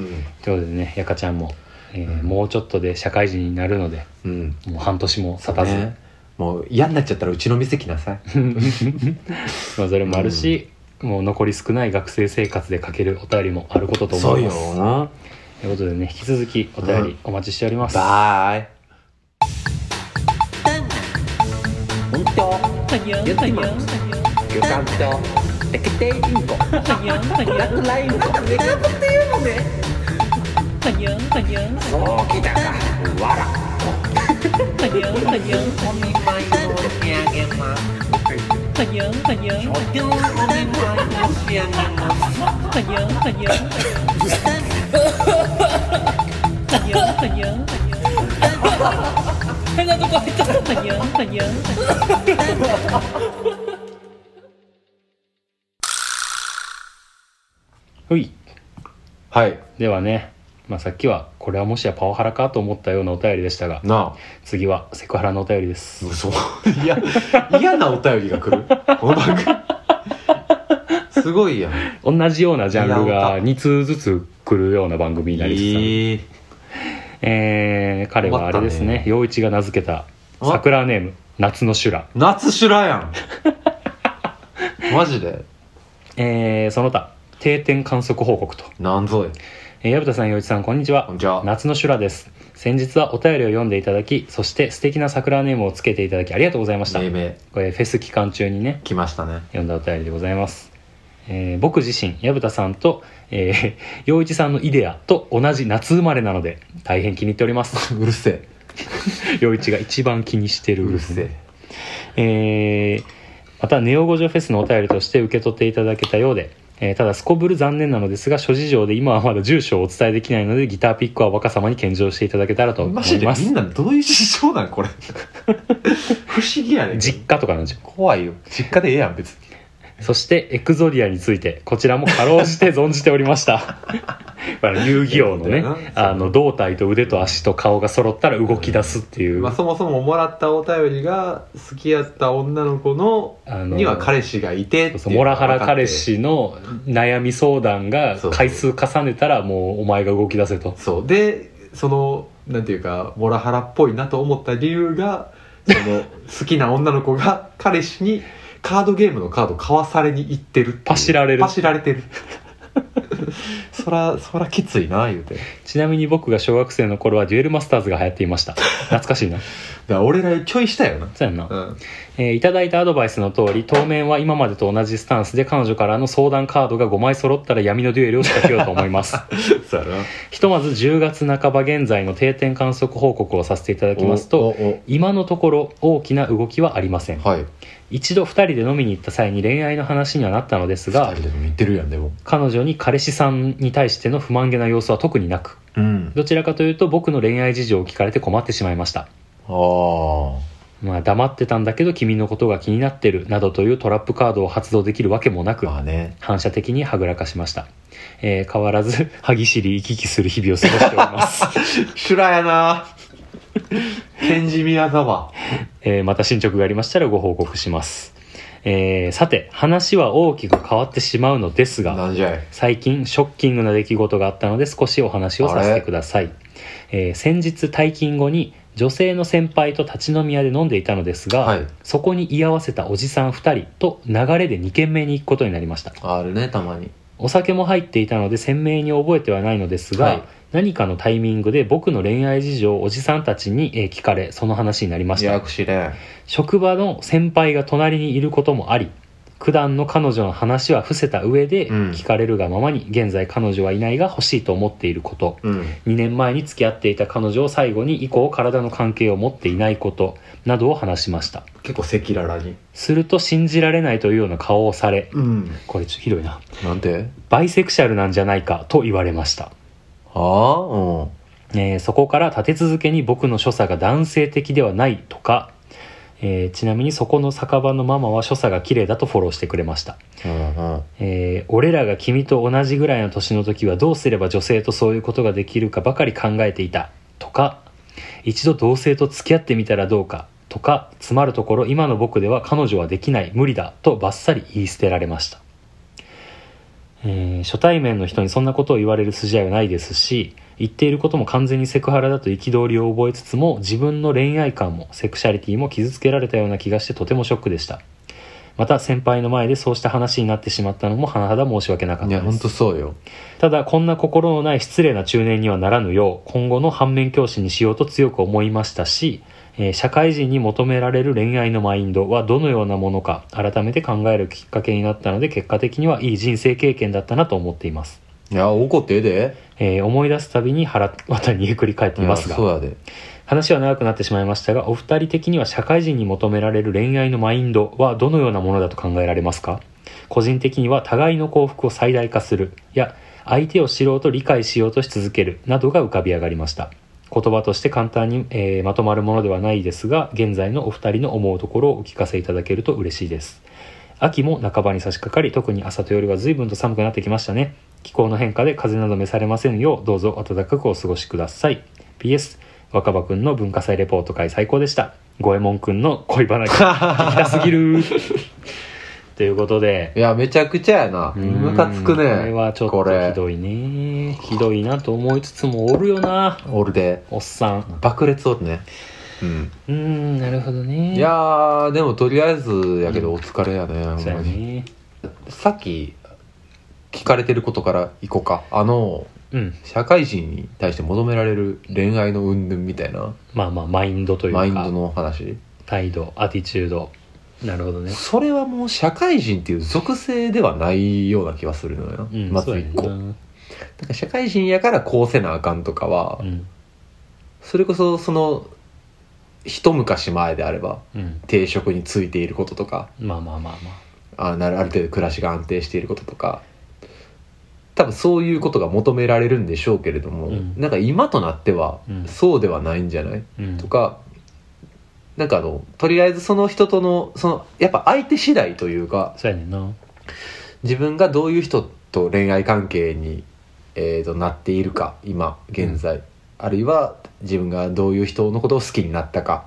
[SPEAKER 1] ということでねやかちゃんも、えー
[SPEAKER 2] うん
[SPEAKER 1] もうちょっとで社会人になるので
[SPEAKER 2] んうん
[SPEAKER 1] もう半年も経たず、
[SPEAKER 2] ねもう嫌になっちゃったらうちの店来なさい
[SPEAKER 1] まあそれもあるし、もう残り少ない学生生活でかけるお便りもあることと思います
[SPEAKER 2] な
[SPEAKER 1] ということでね引き続きお便りお待ちしております、
[SPEAKER 2] バーイ本当予算とテクテイインコブラックラインコネガブっていうのねそうきたかわらお見舞い申し上げますお見舞い申し上げます
[SPEAKER 1] ほい
[SPEAKER 2] はい
[SPEAKER 1] ではね、まあ、さっきはこれはもしやパワハラかと思ったようなお便りでしたが
[SPEAKER 2] なあ
[SPEAKER 1] 次はセクハラのお便りです
[SPEAKER 2] 嘘いや嫌なお便りが来るこの番組すごいやん
[SPEAKER 1] 同じようなジャンル
[SPEAKER 2] いや
[SPEAKER 1] が
[SPEAKER 2] おた
[SPEAKER 1] 2通ずつ来るような番組になりつつある、
[SPEAKER 2] いい
[SPEAKER 1] えー彼はあれです
[SPEAKER 2] 困っ
[SPEAKER 1] ね
[SPEAKER 2] た
[SPEAKER 1] 陽一が名付けた
[SPEAKER 2] あ
[SPEAKER 1] 桜ネーム夏の修羅、
[SPEAKER 2] 夏修羅やんマジで
[SPEAKER 1] えーその他定点観測報告と、
[SPEAKER 2] なんぞい
[SPEAKER 1] えー、矢蓋さん陽一さんこんにちは
[SPEAKER 2] こんにちは
[SPEAKER 1] 夏の修羅です先日はお便りを読んでいただきそして素敵な桜ネームをつけていただきありがとうございました、
[SPEAKER 2] 命名
[SPEAKER 1] これフェス期間中にね
[SPEAKER 2] 来ましたね
[SPEAKER 1] 読んだお便りでございます、えー僕自身矢蓋さんと、えー、 陽一さんのイデアと同じ夏生まれなので大変気に入っております
[SPEAKER 2] うるせ
[SPEAKER 1] 陽一が一番気にして
[SPEAKER 2] え
[SPEAKER 1] る
[SPEAKER 2] うるせえ
[SPEAKER 1] えーまたネオ五条フェスのお便りとして受け取っていただけたようで、えーただすこぶる残念なのですが諸事情で今はまだ住所をお伝えできないのでギターピックは若様に献上していただけたらと思い
[SPEAKER 2] マジで
[SPEAKER 1] ま
[SPEAKER 2] み
[SPEAKER 1] す
[SPEAKER 2] んなどういう事情なんこれ不思議やねん
[SPEAKER 1] 実家とかの事
[SPEAKER 2] 怖いよ実家でええやん別に
[SPEAKER 1] そしてエクゾディアについてこちらもかろうじて存じておりました あの遊戯王のね
[SPEAKER 2] エクゾディアな
[SPEAKER 1] あの胴体と腕と足と顔が揃ったら動き出すっていう、
[SPEAKER 2] まあ、そもそももらったお便りが好きやった女の子の
[SPEAKER 1] あの
[SPEAKER 2] には彼氏がいてっていう
[SPEAKER 1] そうモラハラ彼氏の悩み相談が回数重ねたらもうお前が動き出せと
[SPEAKER 2] そうでそのなんていうかモラハラっぽいなと思った理由がその 好きな女の子が彼氏にカードゲームのカード買わされに行ってるっていう
[SPEAKER 1] パシられる
[SPEAKER 2] パシら れてるそらそらきついな言うてだか
[SPEAKER 1] ちなみに僕が小学生の頃はデュエルマスターズが流行っていました懐かしいな
[SPEAKER 2] ら俺らよりちょいしたよな
[SPEAKER 1] そうやんな、
[SPEAKER 2] うん
[SPEAKER 1] えーいただいたアドバイスの通り当面は今までと同じスタンスで彼女からの相談カードが5枚揃ったら闇のデュエルを仕掛けようと思います
[SPEAKER 2] そうやな
[SPEAKER 1] ひとまず10月半ば現在の定点観測報告をさせていただきますと
[SPEAKER 2] おお
[SPEAKER 1] 今のところ大きな動きはありません
[SPEAKER 2] おはい
[SPEAKER 1] 一度2人で飲みに行った際に恋愛の話にはなったのですが
[SPEAKER 2] 2人でも似てるやんでも
[SPEAKER 1] 彼女に彼氏さんに対しての不満げな様子は特になく
[SPEAKER 2] うん
[SPEAKER 1] どちらかというと僕の恋愛事情を聞かれて困ってしまいました
[SPEAKER 2] ああ
[SPEAKER 1] まあ黙ってたんだけど君のことが気になってるなどというトラップカードを発動できるわけもなく
[SPEAKER 2] まあね
[SPEAKER 1] 反射的にはぐらかしました、えー変わらず歯ぎしり行き来する日々を過ごしております
[SPEAKER 2] 修羅や な天神宮だわ
[SPEAKER 1] えーまた進捗がありましたらご報告します、えーさて話は大きく変わってしまうのですが
[SPEAKER 2] なんじゃい
[SPEAKER 1] 最近ショッキングな出来事があったので少しお話をさせてください、えー先日退勤後に女性の先輩と立ち飲み居で飲んでいたのですが、
[SPEAKER 2] はい
[SPEAKER 1] そこに居合わせたおじさん2人と流れで2軒目に行くことになりました
[SPEAKER 2] あるねたまに
[SPEAKER 1] お酒も入っていたので鮮明に覚えてはないのですが、
[SPEAKER 2] はい
[SPEAKER 1] 何かのタイミングで僕の恋愛事情をおじさんたちにえー聞かれその話になりまし
[SPEAKER 2] い
[SPEAKER 1] た
[SPEAKER 2] やくしれん
[SPEAKER 1] 職場の先輩が隣にいることもあり普段の彼女の話は伏せた上で
[SPEAKER 2] うん
[SPEAKER 1] 聞かれるがままに現在彼女はいないが欲しいと思っていること
[SPEAKER 2] うん
[SPEAKER 1] 2年前に付き合っていた彼女を最後に以降体の関係を持っていないことなどを話しました
[SPEAKER 2] 結構赤裸々に
[SPEAKER 1] すると信じられないというような顔をされ
[SPEAKER 2] うん
[SPEAKER 1] これちょっとひどいな
[SPEAKER 2] なんて
[SPEAKER 1] バイセクシャルなんじゃないかと言われました
[SPEAKER 2] ああうん
[SPEAKER 1] えーそこから立て続けに僕の所作が男性的ではないとか、えーちなみにそこの酒場のママは所作が綺麗だとフォローしてくれました、
[SPEAKER 2] うんうん
[SPEAKER 1] えー俺らが君と同じぐらいの年の時はどうすれば女性とそういうことができるかばかり考えていたとか一度同性と付き合ってみたらどうかとか詰まるところ今の僕では彼女はできない無理だとバッサリ言い捨てられました、えー初対面の人にそんなことを言われる筋合いはないですし言っていることも完全にセクハラだと憤りを覚えつつも自分の恋愛観もセクシャリティも傷つけられたような気がしてとてもショックでしたまた先輩の前でそうした話になってしまったのも甚だ申し訳なかっ
[SPEAKER 2] い
[SPEAKER 1] た
[SPEAKER 2] や
[SPEAKER 1] で
[SPEAKER 2] ほん
[SPEAKER 1] す
[SPEAKER 2] とそうよ
[SPEAKER 1] ただこんな心のない失礼な中年にはならぬよう今後の反面教師にしようと強く思いましたし、えー社会人に求められる恋愛のマインドはどのようなものか改めて考えるきっかけになったので結果的にはいい人生経験だったなと思っています、
[SPEAKER 2] いや怒ってええで
[SPEAKER 1] えー思い出すたびに腹 渡にゆっくり返っています
[SPEAKER 2] いやそう
[SPEAKER 1] が
[SPEAKER 2] やで
[SPEAKER 1] 話は長くなってしまいましたがお二人的には社会人に求められる恋愛のマインドはどのようなものだと考えられますか個人的には互いの幸福を最大化するや相手を知ろうと理解しようとし続けるなどが浮かび上がりました言葉として簡単に、えーまとまるものではないですが現在のお二人の思うところをお聞かせいただけると嬉しいです秋も半ばに差し掛かり特に朝と夜は随分と寒くなってきましたね気候の変化で風邪など召されませんようどうぞ暖かくお過ごしください PS 若葉くんの文化祭レ ポート会最高でした五右衛門くんの恋バナが聞きたすぎるということで
[SPEAKER 2] いやめちゃくちゃやなムカつく
[SPEAKER 1] うんこれ
[SPEAKER 2] ね
[SPEAKER 1] はちょっ
[SPEAKER 2] ことれ
[SPEAKER 1] ひどいねひどいなと思いつつもおるよな
[SPEAKER 2] オルで
[SPEAKER 1] おっさん
[SPEAKER 2] 爆裂オルねうん
[SPEAKER 1] うーんなるほどね
[SPEAKER 2] いやーでもとりあえずやけどお疲れやねほん
[SPEAKER 1] そう
[SPEAKER 2] ま
[SPEAKER 1] や
[SPEAKER 2] に
[SPEAKER 1] ね
[SPEAKER 2] さっき聞かれてることからいこうかあの
[SPEAKER 1] うん
[SPEAKER 2] 社会人に対して求められる恋愛の云々みたいな
[SPEAKER 1] まあまあマインドというか
[SPEAKER 2] マインドの話
[SPEAKER 1] 態度アティチュードなるほどね
[SPEAKER 2] それはもう社会人っていう属性ではないような気がするのよ、
[SPEAKER 1] うん
[SPEAKER 2] ま
[SPEAKER 1] そ
[SPEAKER 2] ず
[SPEAKER 1] うやね
[SPEAKER 2] 一
[SPEAKER 1] ん
[SPEAKER 2] 個
[SPEAKER 1] な
[SPEAKER 2] だから社会人やからこうせなあかんとかは、
[SPEAKER 1] うん
[SPEAKER 2] それこそその一昔前であれば
[SPEAKER 1] うん
[SPEAKER 2] 定職についていることとか
[SPEAKER 1] まあまあまあまあ
[SPEAKER 2] あなるある程度暮らしが安定していることとか多分そういうことが求められるんでしょうけれども、
[SPEAKER 1] うん
[SPEAKER 2] なんか今となっては
[SPEAKER 1] うん
[SPEAKER 2] そうではないんじゃない、
[SPEAKER 1] うん
[SPEAKER 2] とかなんかあのとりあえずその人とのそのやっぱ相手次第というか
[SPEAKER 1] そうやねんな
[SPEAKER 2] 自分がどういう人と恋愛関係に、えー、となっているか今現在、あるいは自分がどういう人のことを好きになったか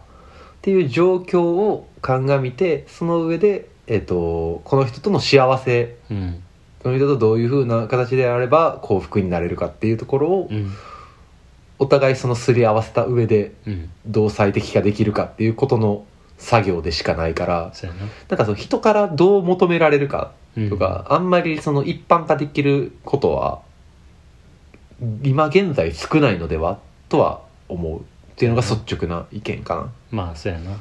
[SPEAKER 2] っていう状況を鑑みてその上で、えー、とこの人との幸せ
[SPEAKER 1] うん
[SPEAKER 2] この人とどういうふうな形であれば幸福になれるかっていうところを
[SPEAKER 1] うん
[SPEAKER 2] お互いそのすり合わせた上で
[SPEAKER 1] うん
[SPEAKER 2] どう最適化できるかっていうことの作業でしかないから
[SPEAKER 1] そうやな
[SPEAKER 2] なんかその人からどう求められるか
[SPEAKER 1] うん
[SPEAKER 2] とか、あんまりその一般化できることは今現在少ないのではとは思うっていうのが率直な意見かな、
[SPEAKER 1] まあそうやな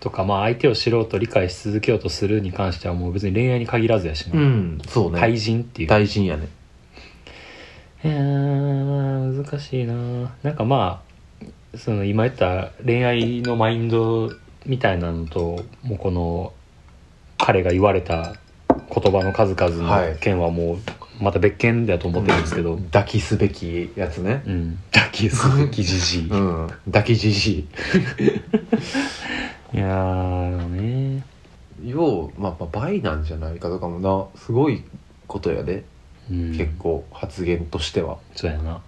[SPEAKER 1] とかまあ相手を知ろうと理解し続けようとするに関してはもう別に恋愛に限らずやしな、
[SPEAKER 2] んそうね
[SPEAKER 1] 対人っていう
[SPEAKER 2] 大事やね
[SPEAKER 1] えー、難しいななんかまあその今言った恋愛のマインドみたいなのともうこの彼が言われた言葉の数々
[SPEAKER 2] はい
[SPEAKER 1] の件はもうまた別件だと思ってるんですけど、
[SPEAKER 2] 抱きすべきや つね
[SPEAKER 1] うん、抱きすべきじじい。
[SPEAKER 2] う
[SPEAKER 1] い
[SPEAKER 2] ん抱きじじ
[SPEAKER 1] やーね
[SPEAKER 2] いよう、まあ、まあ倍なんじゃないかとかもなすごいことやで、
[SPEAKER 1] うん、
[SPEAKER 2] 結構発言としては
[SPEAKER 1] そうやな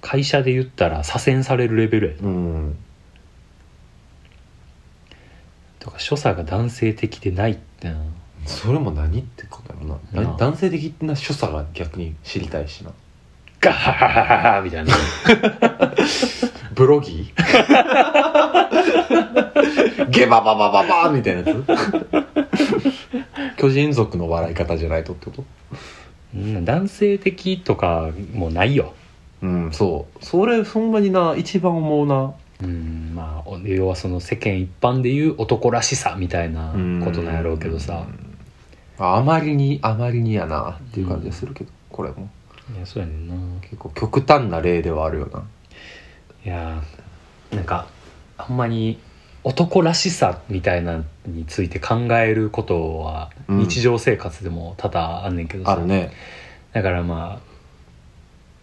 [SPEAKER 1] 会社で言ったら左遷されるレベルやな
[SPEAKER 2] うん
[SPEAKER 1] とか所作が男性的でないってな
[SPEAKER 2] それも何ってことやろ
[SPEAKER 1] な
[SPEAKER 2] なな男性的な所作が逆に知りたいしな
[SPEAKER 1] ガハハハハみたいな
[SPEAKER 2] ブロギーゲバババババーみたいなやつ巨人族の笑い方じゃないとってこと
[SPEAKER 1] うん男性的とかもうないよ
[SPEAKER 2] うんそうそれほんまにな一番思うな
[SPEAKER 1] うんまあお要はその世間一般でいう男らしさみたいなことなんやろうけどさ
[SPEAKER 2] うんあまりにあまりにやなっていう感じがするけど、これも
[SPEAKER 1] いやそうやねんない
[SPEAKER 2] 結構極端な例ではあるよな
[SPEAKER 1] やーなんかあんまり男らしさみたいなのについて考えることは
[SPEAKER 2] うん
[SPEAKER 1] 日常生活でも多々あんねんけどさ、
[SPEAKER 2] あるね
[SPEAKER 1] だからま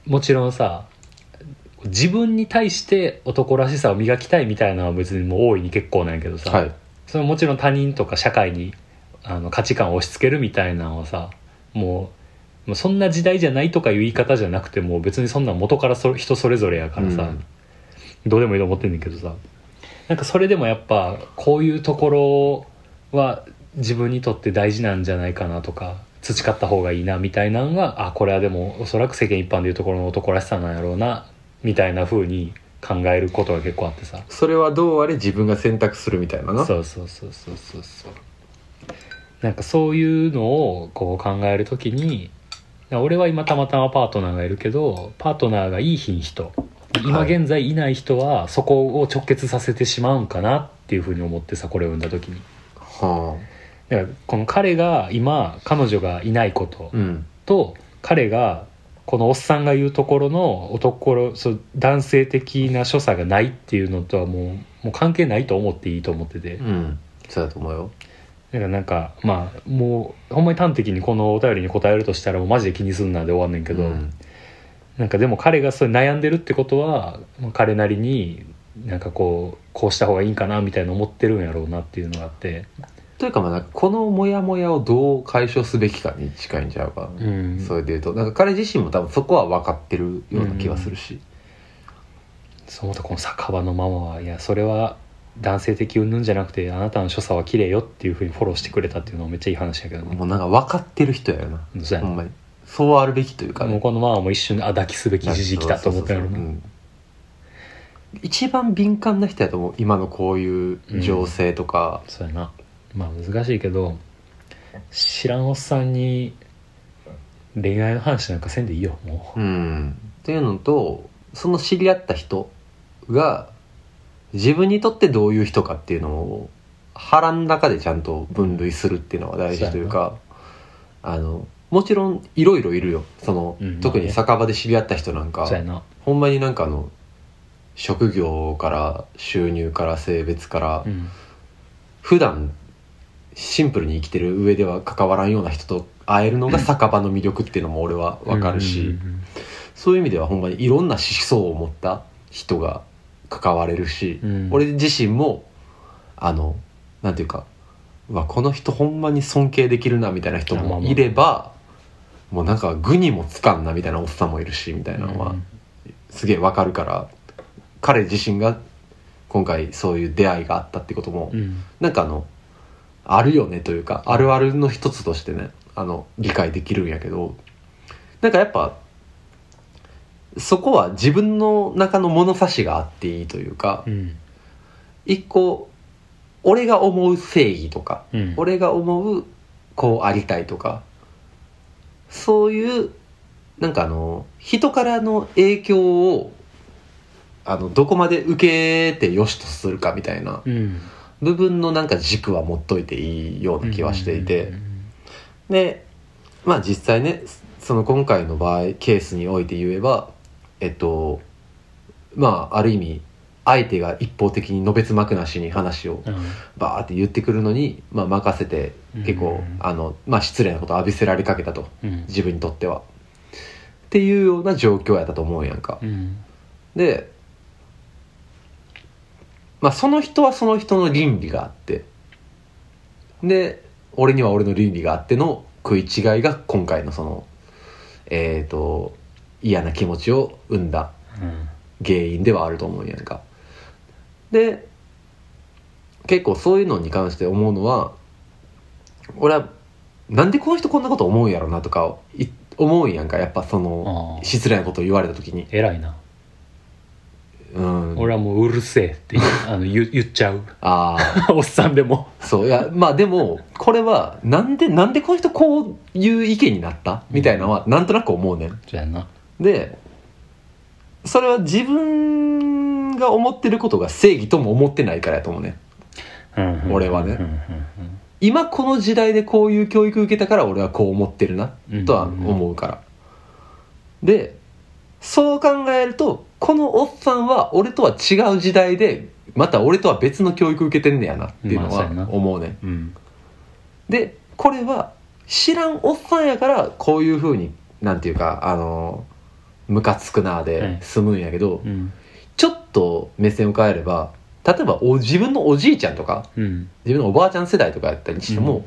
[SPEAKER 1] あもちろんさ自分に対して男らしさを磨きたいみたいなのは別にもう大いに結構なんやけどさ、
[SPEAKER 2] はい
[SPEAKER 1] それはもちろん他人とか社会にあの価値観を押し付けるみたいなのはさもうもうそんな時代じゃないとかいう言い方じゃなくてもう別にそんなん元からそ人それぞれやからさ、
[SPEAKER 2] うん
[SPEAKER 1] どうでもいいと思ってんねんけどさなんかそれでもやっぱこういうところは自分にとって大事なんじゃないかなとか培った方がいいなみたいなのがあこれはでもおそらく世間一般でいうところの男らしさなんやろうなみたいな風に考えることが結構あってさ
[SPEAKER 2] それはどうあれ自分が選択するみたいなな
[SPEAKER 1] そうそうそうそうそうそうなんかそういうのをこう考えるときに俺は今たまたまパートナーがいるけどパートナーがいいひん人今
[SPEAKER 2] はい
[SPEAKER 1] 現在いない人はそこを直結させてしまうんかなっていうふうに思ってさこれを読んだ時に
[SPEAKER 2] は
[SPEAKER 1] だからこの彼が今彼女がいないこと
[SPEAKER 2] あうん
[SPEAKER 1] と彼がこのおっさんが言うところの男そう男性的な所作がないっていうのとはもうもう関係ないと思っていいと思ってて
[SPEAKER 2] うんそうだと思うよ
[SPEAKER 1] だからなんかまあもうほんまに端的にこのお便りに答えるとしたらもうマジで気にすんなで終わんねんけど、
[SPEAKER 2] うん
[SPEAKER 1] なんかでも彼がそれ悩んでるってことはまあ彼なりになんかこうこうした方がいいんかなみたいな思ってるんやろうなっていうのがあって、
[SPEAKER 2] というかまあなんかこのモヤモヤをどう解消すべきかに近いんちゃうかな、
[SPEAKER 1] ん
[SPEAKER 2] そ
[SPEAKER 1] そ
[SPEAKER 2] れでいうとなんか彼自身も多分そこは分かってるような気はするし、
[SPEAKER 1] う思ったこの酒場のママはいやそれは男性的云々じゃなくてあなたの所作は綺麗よっていうふうにフォローしてくれたっていうのもめっちゃいい話やけどね
[SPEAKER 2] もうなんか分かってる人やよな
[SPEAKER 1] うんそうや
[SPEAKER 2] ほ
[SPEAKER 1] なん
[SPEAKER 2] まにそうあるべきというか
[SPEAKER 1] もうこのままもう一瞬であ抱きすべきじじきだと思ったよ
[SPEAKER 2] そうそうそう
[SPEAKER 1] な
[SPEAKER 2] うん一番敏感な人やと思う今のこういう情勢とか、
[SPEAKER 1] そうやなまあ難しいけど知らんおっさんに恋愛の話なんかせんでいいよも
[SPEAKER 2] うんっていうのとその知り合った人が自分にとってどういう人かっていうのを腹の中でちゃんと分類するっていうのが大事というかあのもちろんいろいろいるよその、
[SPEAKER 1] うん
[SPEAKER 2] 特に酒場で知り合った人なん
[SPEAKER 1] う
[SPEAKER 2] か
[SPEAKER 1] そうやな
[SPEAKER 2] ほんまになんかあの職業から収入から性別から、
[SPEAKER 1] うん
[SPEAKER 2] 普段シンプルに生きてる上では関わらんような人と会えるのが酒場の魅力っていうのも俺は分かるし、
[SPEAKER 1] うんうんうん
[SPEAKER 2] そういう意味ではほんまにいろんな思想を持った人が関われるし、
[SPEAKER 1] うん
[SPEAKER 2] 俺自身もあのなんていうかうわこの人ほんまに尊敬できるなみたいな人
[SPEAKER 1] あまあ
[SPEAKER 2] も
[SPEAKER 1] まあ
[SPEAKER 2] いればもうなんか具にもつかんなみたいなおっさんもいるしみたいなのは、
[SPEAKER 1] うん
[SPEAKER 2] すげえわかるから彼自身が今回そういう出会いがあったってことも、
[SPEAKER 1] うん
[SPEAKER 2] なんかあのあるよねというかあるあるの一つとしてねあの理解できるんやけどなんかやっぱそこは自分の中の物差しがあっていいというか
[SPEAKER 1] うん
[SPEAKER 2] 一個俺が思う正義とか
[SPEAKER 1] うん
[SPEAKER 2] 俺が思うこうありたいとかそういうなんかあの人からの影響をあのどこまで受けて良しとするかみたいな
[SPEAKER 1] うん
[SPEAKER 2] 部分のなんか軸は持っといていいような気はしていて、でまあ実際ねその今回の場合ケースにおいて言えばえっとまあある意味相手が一方的にのべつ幕なしに話を
[SPEAKER 1] うん
[SPEAKER 2] バーって言ってくるのに、まあ、任せて結
[SPEAKER 1] うんうん
[SPEAKER 2] 構、
[SPEAKER 1] うん
[SPEAKER 2] あのまあ、失礼なことを浴びせられかけたと
[SPEAKER 1] うん
[SPEAKER 2] 自分にとっては。っていうような状況やったと思うんやんか。
[SPEAKER 1] うん
[SPEAKER 2] で、まあ、その人はその人の倫理があってで俺には俺の倫理があっての食い違いが今回のそのえっ、と嫌な気持ちを生んだ
[SPEAKER 1] うん
[SPEAKER 2] 原因ではあると思うんやんか。で結構そういうのに関して思うのは俺はなんでこの人こんなこと思うんやろなとかい思うんやんかやっぱその
[SPEAKER 1] ああ
[SPEAKER 2] 失礼なことを言われた時に。
[SPEAKER 1] 偉いな
[SPEAKER 2] うん、
[SPEAKER 1] 俺はもううるせえって言うあの言言っちゃう
[SPEAKER 2] ああ
[SPEAKER 1] おっさんでも
[SPEAKER 2] そういやまあでもこれはなんでなんでこの人こういう意見になったみたいなのはなんとなく思うねん
[SPEAKER 1] そうやな
[SPEAKER 2] でそれは自分が思ってることが正義とも思ってないからやと思うねん
[SPEAKER 1] うんうん
[SPEAKER 2] 俺はね
[SPEAKER 1] うんうん
[SPEAKER 2] 今この時代でこういう教育受けたから俺はこう思ってるな
[SPEAKER 1] うん
[SPEAKER 2] とは思うからでそう考えるとこのおっさんは俺とは違う時代でまた俺とは別の教育受けてんねやなっていうの
[SPEAKER 1] まあそう
[SPEAKER 2] は
[SPEAKER 1] やな
[SPEAKER 2] 思うねん
[SPEAKER 1] うん
[SPEAKER 2] でこれは知らんおっさんやからこういうふうになんていうかあのムカつくなー
[SPEAKER 1] はい
[SPEAKER 2] で済むんやけど、
[SPEAKER 1] うん
[SPEAKER 2] ちょっと目線を変えれば例えばお自分のおじいちゃんとか
[SPEAKER 1] うん
[SPEAKER 2] 自分のおばあちゃん世代とかやったりしても、
[SPEAKER 1] うん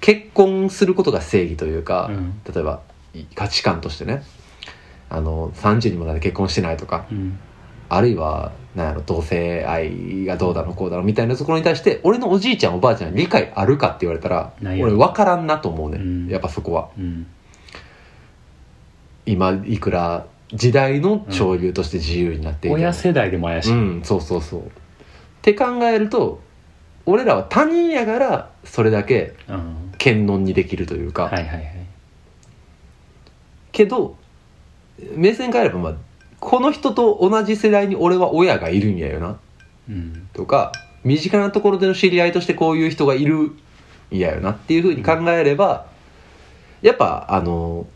[SPEAKER 2] 結婚することが正義というか、
[SPEAKER 1] うん
[SPEAKER 2] 例えばい価値観としてねあの30にもなって結婚してないとか
[SPEAKER 1] うん
[SPEAKER 2] あるいはなんやろ同性愛がどうだのこうだのみたいなところに対して俺のおじいちゃんおばあちゃんに理解あるかって言われたら
[SPEAKER 1] ないよ
[SPEAKER 2] 俺分からんなと思うね、
[SPEAKER 1] うん
[SPEAKER 2] やっぱそこは
[SPEAKER 1] うん
[SPEAKER 2] 今いくら時代の潮流として自由になっていても
[SPEAKER 1] 親世代でも怪し
[SPEAKER 2] う
[SPEAKER 1] い
[SPEAKER 2] んそうそうそうって考えると俺らは他人やからそれだけ
[SPEAKER 1] うん
[SPEAKER 2] 健能にできるというか、
[SPEAKER 1] はいはいはい
[SPEAKER 2] けど目線変えれば、まあ、この人と同じ世代に俺は親がいるんやよな
[SPEAKER 1] うん
[SPEAKER 2] とか身近なところでの知り合いとしてこういう人がいるんやよなっていうふうに考えればやっぱあの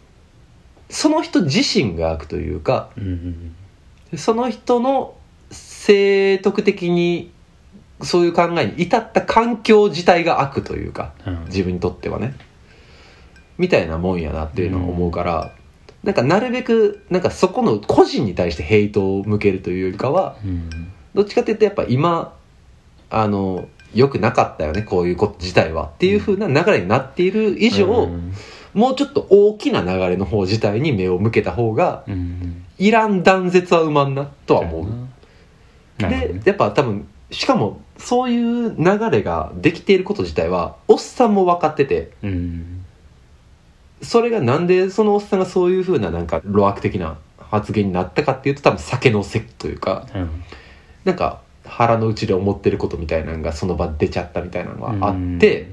[SPEAKER 2] その人自身が悪というか
[SPEAKER 1] うんうん
[SPEAKER 2] その人の性徳的にそういう考えに至った環境自体が悪というか
[SPEAKER 1] うん
[SPEAKER 2] 自分にとってはねみたいなもんやなっていうのは思うから、なんかなるべくなんかそこの個人に対してヘイトを向けるというよりかは
[SPEAKER 1] うん
[SPEAKER 2] どっちかっていうとやっぱ今あの良くなかったよねこういうこと自体はっていう風な流れになっている以上、
[SPEAKER 1] うん
[SPEAKER 2] もうちょっと大きな流れの方自体に目を向けた方が
[SPEAKER 1] うん
[SPEAKER 2] いらん断絶は埋まんなとは思う。
[SPEAKER 1] なるほど
[SPEAKER 2] で
[SPEAKER 1] ね
[SPEAKER 2] やっぱ多分しかもそういう流れができていること自体はおっさんも分かってて
[SPEAKER 1] うん
[SPEAKER 2] それがなんでそのおっさんがそういうふうななんか露悪的な発言になったかっていうと多分酒の席というか
[SPEAKER 1] うん
[SPEAKER 2] なんか腹の内で思ってることみたいなのがその場で出ちゃったみたいなのがあって、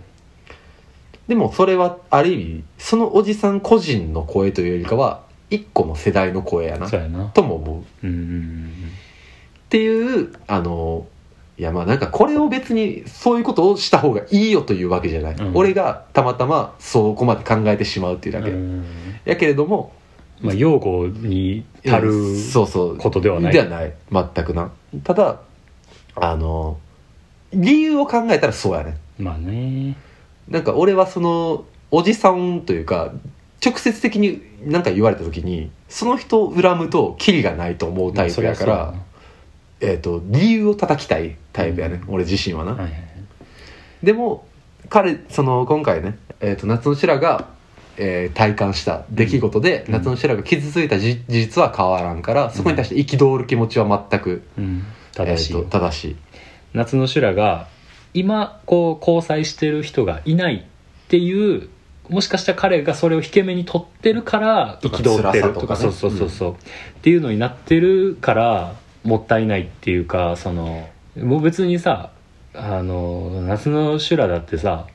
[SPEAKER 2] でもそれはある意味そのおじさん個人の声というよりかは一個の世代の声や
[SPEAKER 1] うん
[SPEAKER 2] な
[SPEAKER 1] そうやな
[SPEAKER 2] とも思うっ
[SPEAKER 1] うんうん
[SPEAKER 2] ていうあのいやまあなんかこれを別にそういうことをした方がいいよというわけじゃない、
[SPEAKER 1] うん
[SPEAKER 2] 俺がたまたまそこまで考えてしまうっていう
[SPEAKER 1] う
[SPEAKER 2] だ
[SPEAKER 1] ん
[SPEAKER 2] け、
[SPEAKER 1] うん
[SPEAKER 2] やけれども
[SPEAKER 1] まあ擁護に足る
[SPEAKER 2] うんそうそう
[SPEAKER 1] ことではない
[SPEAKER 2] ではない全くなただあの理由を考えたらそうやね
[SPEAKER 1] まあね
[SPEAKER 2] なんか俺はそのおじさんというか直接的に何か言われた時にその人を恨むとキリがないと思うタイプやから、
[SPEAKER 1] まあ
[SPEAKER 2] えー、と理由を叩きたいタイプやね、俺自身はな、
[SPEAKER 1] そりゃそうやなはいはい
[SPEAKER 2] でも彼その今回ね、えー、と夏の修羅が、えー体感した出来事で、
[SPEAKER 1] うん
[SPEAKER 2] 夏の修羅が傷ついたじ事実は変わらんからそこに対して憤る気持ちは全く、
[SPEAKER 1] うん
[SPEAKER 2] え
[SPEAKER 1] 正しい
[SPEAKER 2] ー
[SPEAKER 1] よ
[SPEAKER 2] と正しい
[SPEAKER 1] 夏の修羅が今こう交際してる人がいないっていうもしかしたら彼がそれを引け目に取ってるから
[SPEAKER 2] とか
[SPEAKER 1] 憤ってる
[SPEAKER 2] 辛さ
[SPEAKER 1] と
[SPEAKER 2] と
[SPEAKER 1] か
[SPEAKER 2] かね
[SPEAKER 1] そうそうそうそう、っていうのになってるからもったいないっていうかそのもう別にさあの夏の修羅だってさ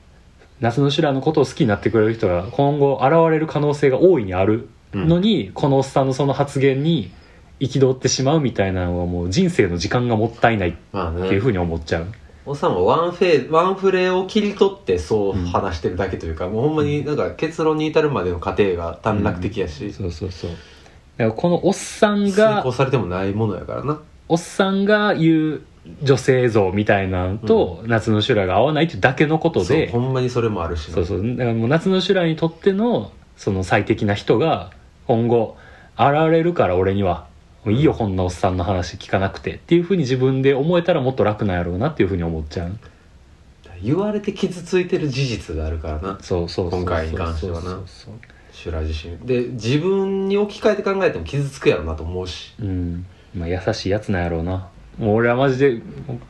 [SPEAKER 1] 夏の修羅のことを好きになってくれる人が今後現れる可能性が大いにあるのに、このおっさんのその発言に憤ってしまうみたいなのはもう人生の時間がもったいない
[SPEAKER 2] まあ
[SPEAKER 1] っていうふうに思っちゃう、
[SPEAKER 2] おっさんはワンフェーワンフレを切り取ってそう話してるだけというか、もうほんまになんか結論に至るまでの過程が短絡的やし、
[SPEAKER 1] そうそうそうだからこのおっさん
[SPEAKER 2] 遂
[SPEAKER 1] が
[SPEAKER 2] 行されてもないものやからな
[SPEAKER 1] おっさんが言う女性像みたいなのと、夏の修羅が合わないっていうだけのことで
[SPEAKER 2] そうほんまにそれもあるしな
[SPEAKER 1] そうそうだからもう夏の修羅にとってのその最適な人が今後現れるから俺にはもういいよこんなおっさんの話聞かなくてっていうふうに自分で思えたらもっと楽なんやろうなっていうふうに思っちゃう
[SPEAKER 2] 言われて傷ついてる事実があるからな
[SPEAKER 1] そうそうそう
[SPEAKER 2] 今回に関してはな
[SPEAKER 1] そうそう
[SPEAKER 2] 修羅自身で自分に置き換えて考えても傷つくやろなと思うし
[SPEAKER 1] そううんまあ優しいやつなんやろうなもう俺はマジで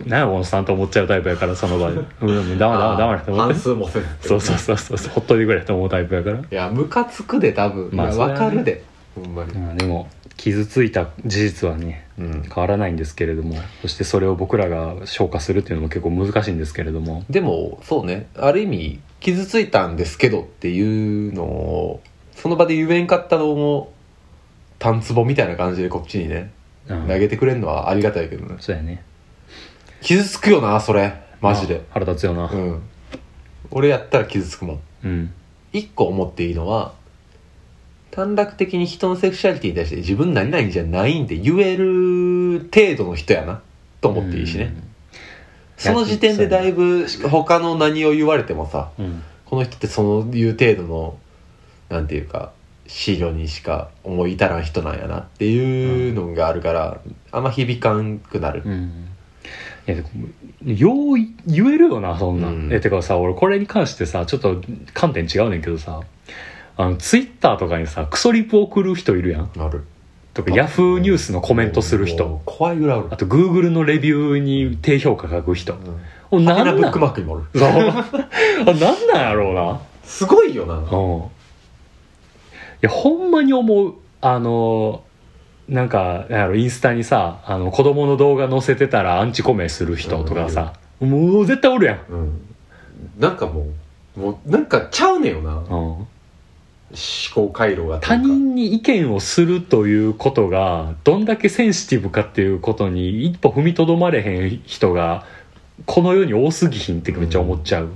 [SPEAKER 1] 何やこのおっさんと思っちゃうタイプやからその場でうん黙れ黙れ黙れと思 って
[SPEAKER 2] 半数もせん
[SPEAKER 1] そうそうそうそうそうほっといてくれと思うタイプやから、
[SPEAKER 2] いやムカつくで多分、
[SPEAKER 1] まあ
[SPEAKER 2] いや
[SPEAKER 1] それ
[SPEAKER 2] わ
[SPEAKER 1] はね
[SPEAKER 2] かるでほんまに、
[SPEAKER 1] でも傷ついた事実はね
[SPEAKER 2] うん
[SPEAKER 1] 変わらないんですけれどもそしてそれを僕らが消化するっていうのも結構難しいんですけれども
[SPEAKER 2] でもそうねある意味傷ついたんですけどっていうのをその場で言えんかったのも単壺みたいな感じでこっちにね
[SPEAKER 1] 投
[SPEAKER 2] 投げてくれるのはありがたいけどね
[SPEAKER 1] そうやね
[SPEAKER 2] 傷つくよなそれマジ
[SPEAKER 1] あ
[SPEAKER 2] で
[SPEAKER 1] 腹立つよな
[SPEAKER 2] うん俺やったら傷つくもん
[SPEAKER 1] うん
[SPEAKER 2] 一個思っていいのは短絡的に人のセクシュアリティに対して自分何々じゃないんで言える程度の人やなと思っていいしね、その時点でだいぶ他の何を言われてもさ
[SPEAKER 1] うん、うん
[SPEAKER 2] この人ってそういう程度のなんていうか資料にしか思い至らん人なんやなっていうのがあるから、あんま響かんくなる、
[SPEAKER 1] うんいやでもよう言えるよなそんな、
[SPEAKER 2] うん
[SPEAKER 1] えてかさ俺これに関してさちょっと観点違うねんけどさあのツイッターとかにさクソリプ送る人いるやん
[SPEAKER 2] なる
[SPEAKER 1] とかヤフーニュースのコメントする人
[SPEAKER 2] もう怖いぐらいある
[SPEAKER 1] あと、Google のレビューに低評価書く人。お、
[SPEAKER 2] ハ
[SPEAKER 1] な
[SPEAKER 2] テ
[SPEAKER 1] んな
[SPEAKER 2] ナ
[SPEAKER 1] ん
[SPEAKER 2] ブックマークにもおる
[SPEAKER 1] そう あ、なんなんやろうな。
[SPEAKER 2] すごいよな
[SPEAKER 1] うん。いや、ほんまに思う。あの、なんか、なんやろ、インスタにさ、あの、子供の動画載せてたらアンチコメする人とかさ、もう絶対おるやん。
[SPEAKER 2] うん、なんかもうもうなんかちゃうねんよな思
[SPEAKER 1] うん。
[SPEAKER 2] 考回路がと
[SPEAKER 1] 他
[SPEAKER 2] いうか
[SPEAKER 1] 人に意見をするということがどんだけセンシティブかっていうことに一歩踏みとどまれへん人がこの世に多すぎひんってめっちゃ思っちゃう、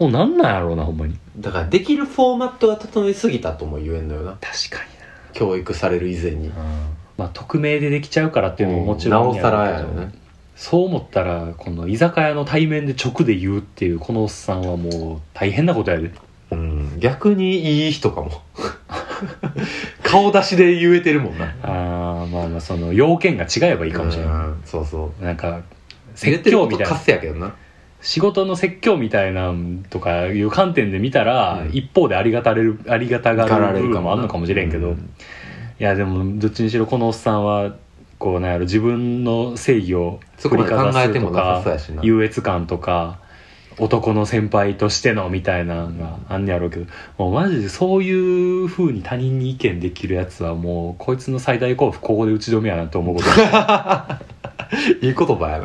[SPEAKER 1] もうなんなんやろうなほんまに
[SPEAKER 2] だからできるフォーマットが整いすぎたとも言えんのよな
[SPEAKER 1] 確か
[SPEAKER 2] 教育される以前に
[SPEAKER 1] にな、まあ匿名でできちゃうからっていうのももちろん
[SPEAKER 2] なおさらや
[SPEAKER 1] ろ
[SPEAKER 2] よ
[SPEAKER 1] うけど
[SPEAKER 2] ね
[SPEAKER 1] そう思ったらこの居酒屋の対面で直で言うっていうこのおっさんはもう大変なことやで
[SPEAKER 2] うん逆にいい人かも 顔出しで言えてるもんな
[SPEAKER 1] ああまあまあその要件が違えばいいかもしれない、
[SPEAKER 2] うんそうそう
[SPEAKER 1] なんか
[SPEAKER 2] 言っ
[SPEAKER 1] 説
[SPEAKER 2] てる
[SPEAKER 1] 教
[SPEAKER 2] こ
[SPEAKER 1] み
[SPEAKER 2] と
[SPEAKER 1] たいな
[SPEAKER 2] カスやけどな
[SPEAKER 1] 仕事の説教みたいなんとかいう観点で見たら、
[SPEAKER 2] うん
[SPEAKER 1] 一方でありがたれるありがたが
[SPEAKER 2] から
[SPEAKER 1] る
[SPEAKER 2] れ
[SPEAKER 1] 部
[SPEAKER 2] るか
[SPEAKER 1] 分
[SPEAKER 2] もな
[SPEAKER 1] もあるのかもしれんけど、
[SPEAKER 2] う
[SPEAKER 1] い
[SPEAKER 2] ん
[SPEAKER 1] やでもどっちにしろこのおっさんはこうなんやろ自分の正義を
[SPEAKER 2] そこまで考えてもなさそうやしな
[SPEAKER 1] 優越感とか男の先輩としてのみたいなのがあんねやろうけどもうマジでそういうふうに他人に意見できるやつはもうこいつの最大幸福ここで打ち止めやなと思う こと
[SPEAKER 2] いい言葉や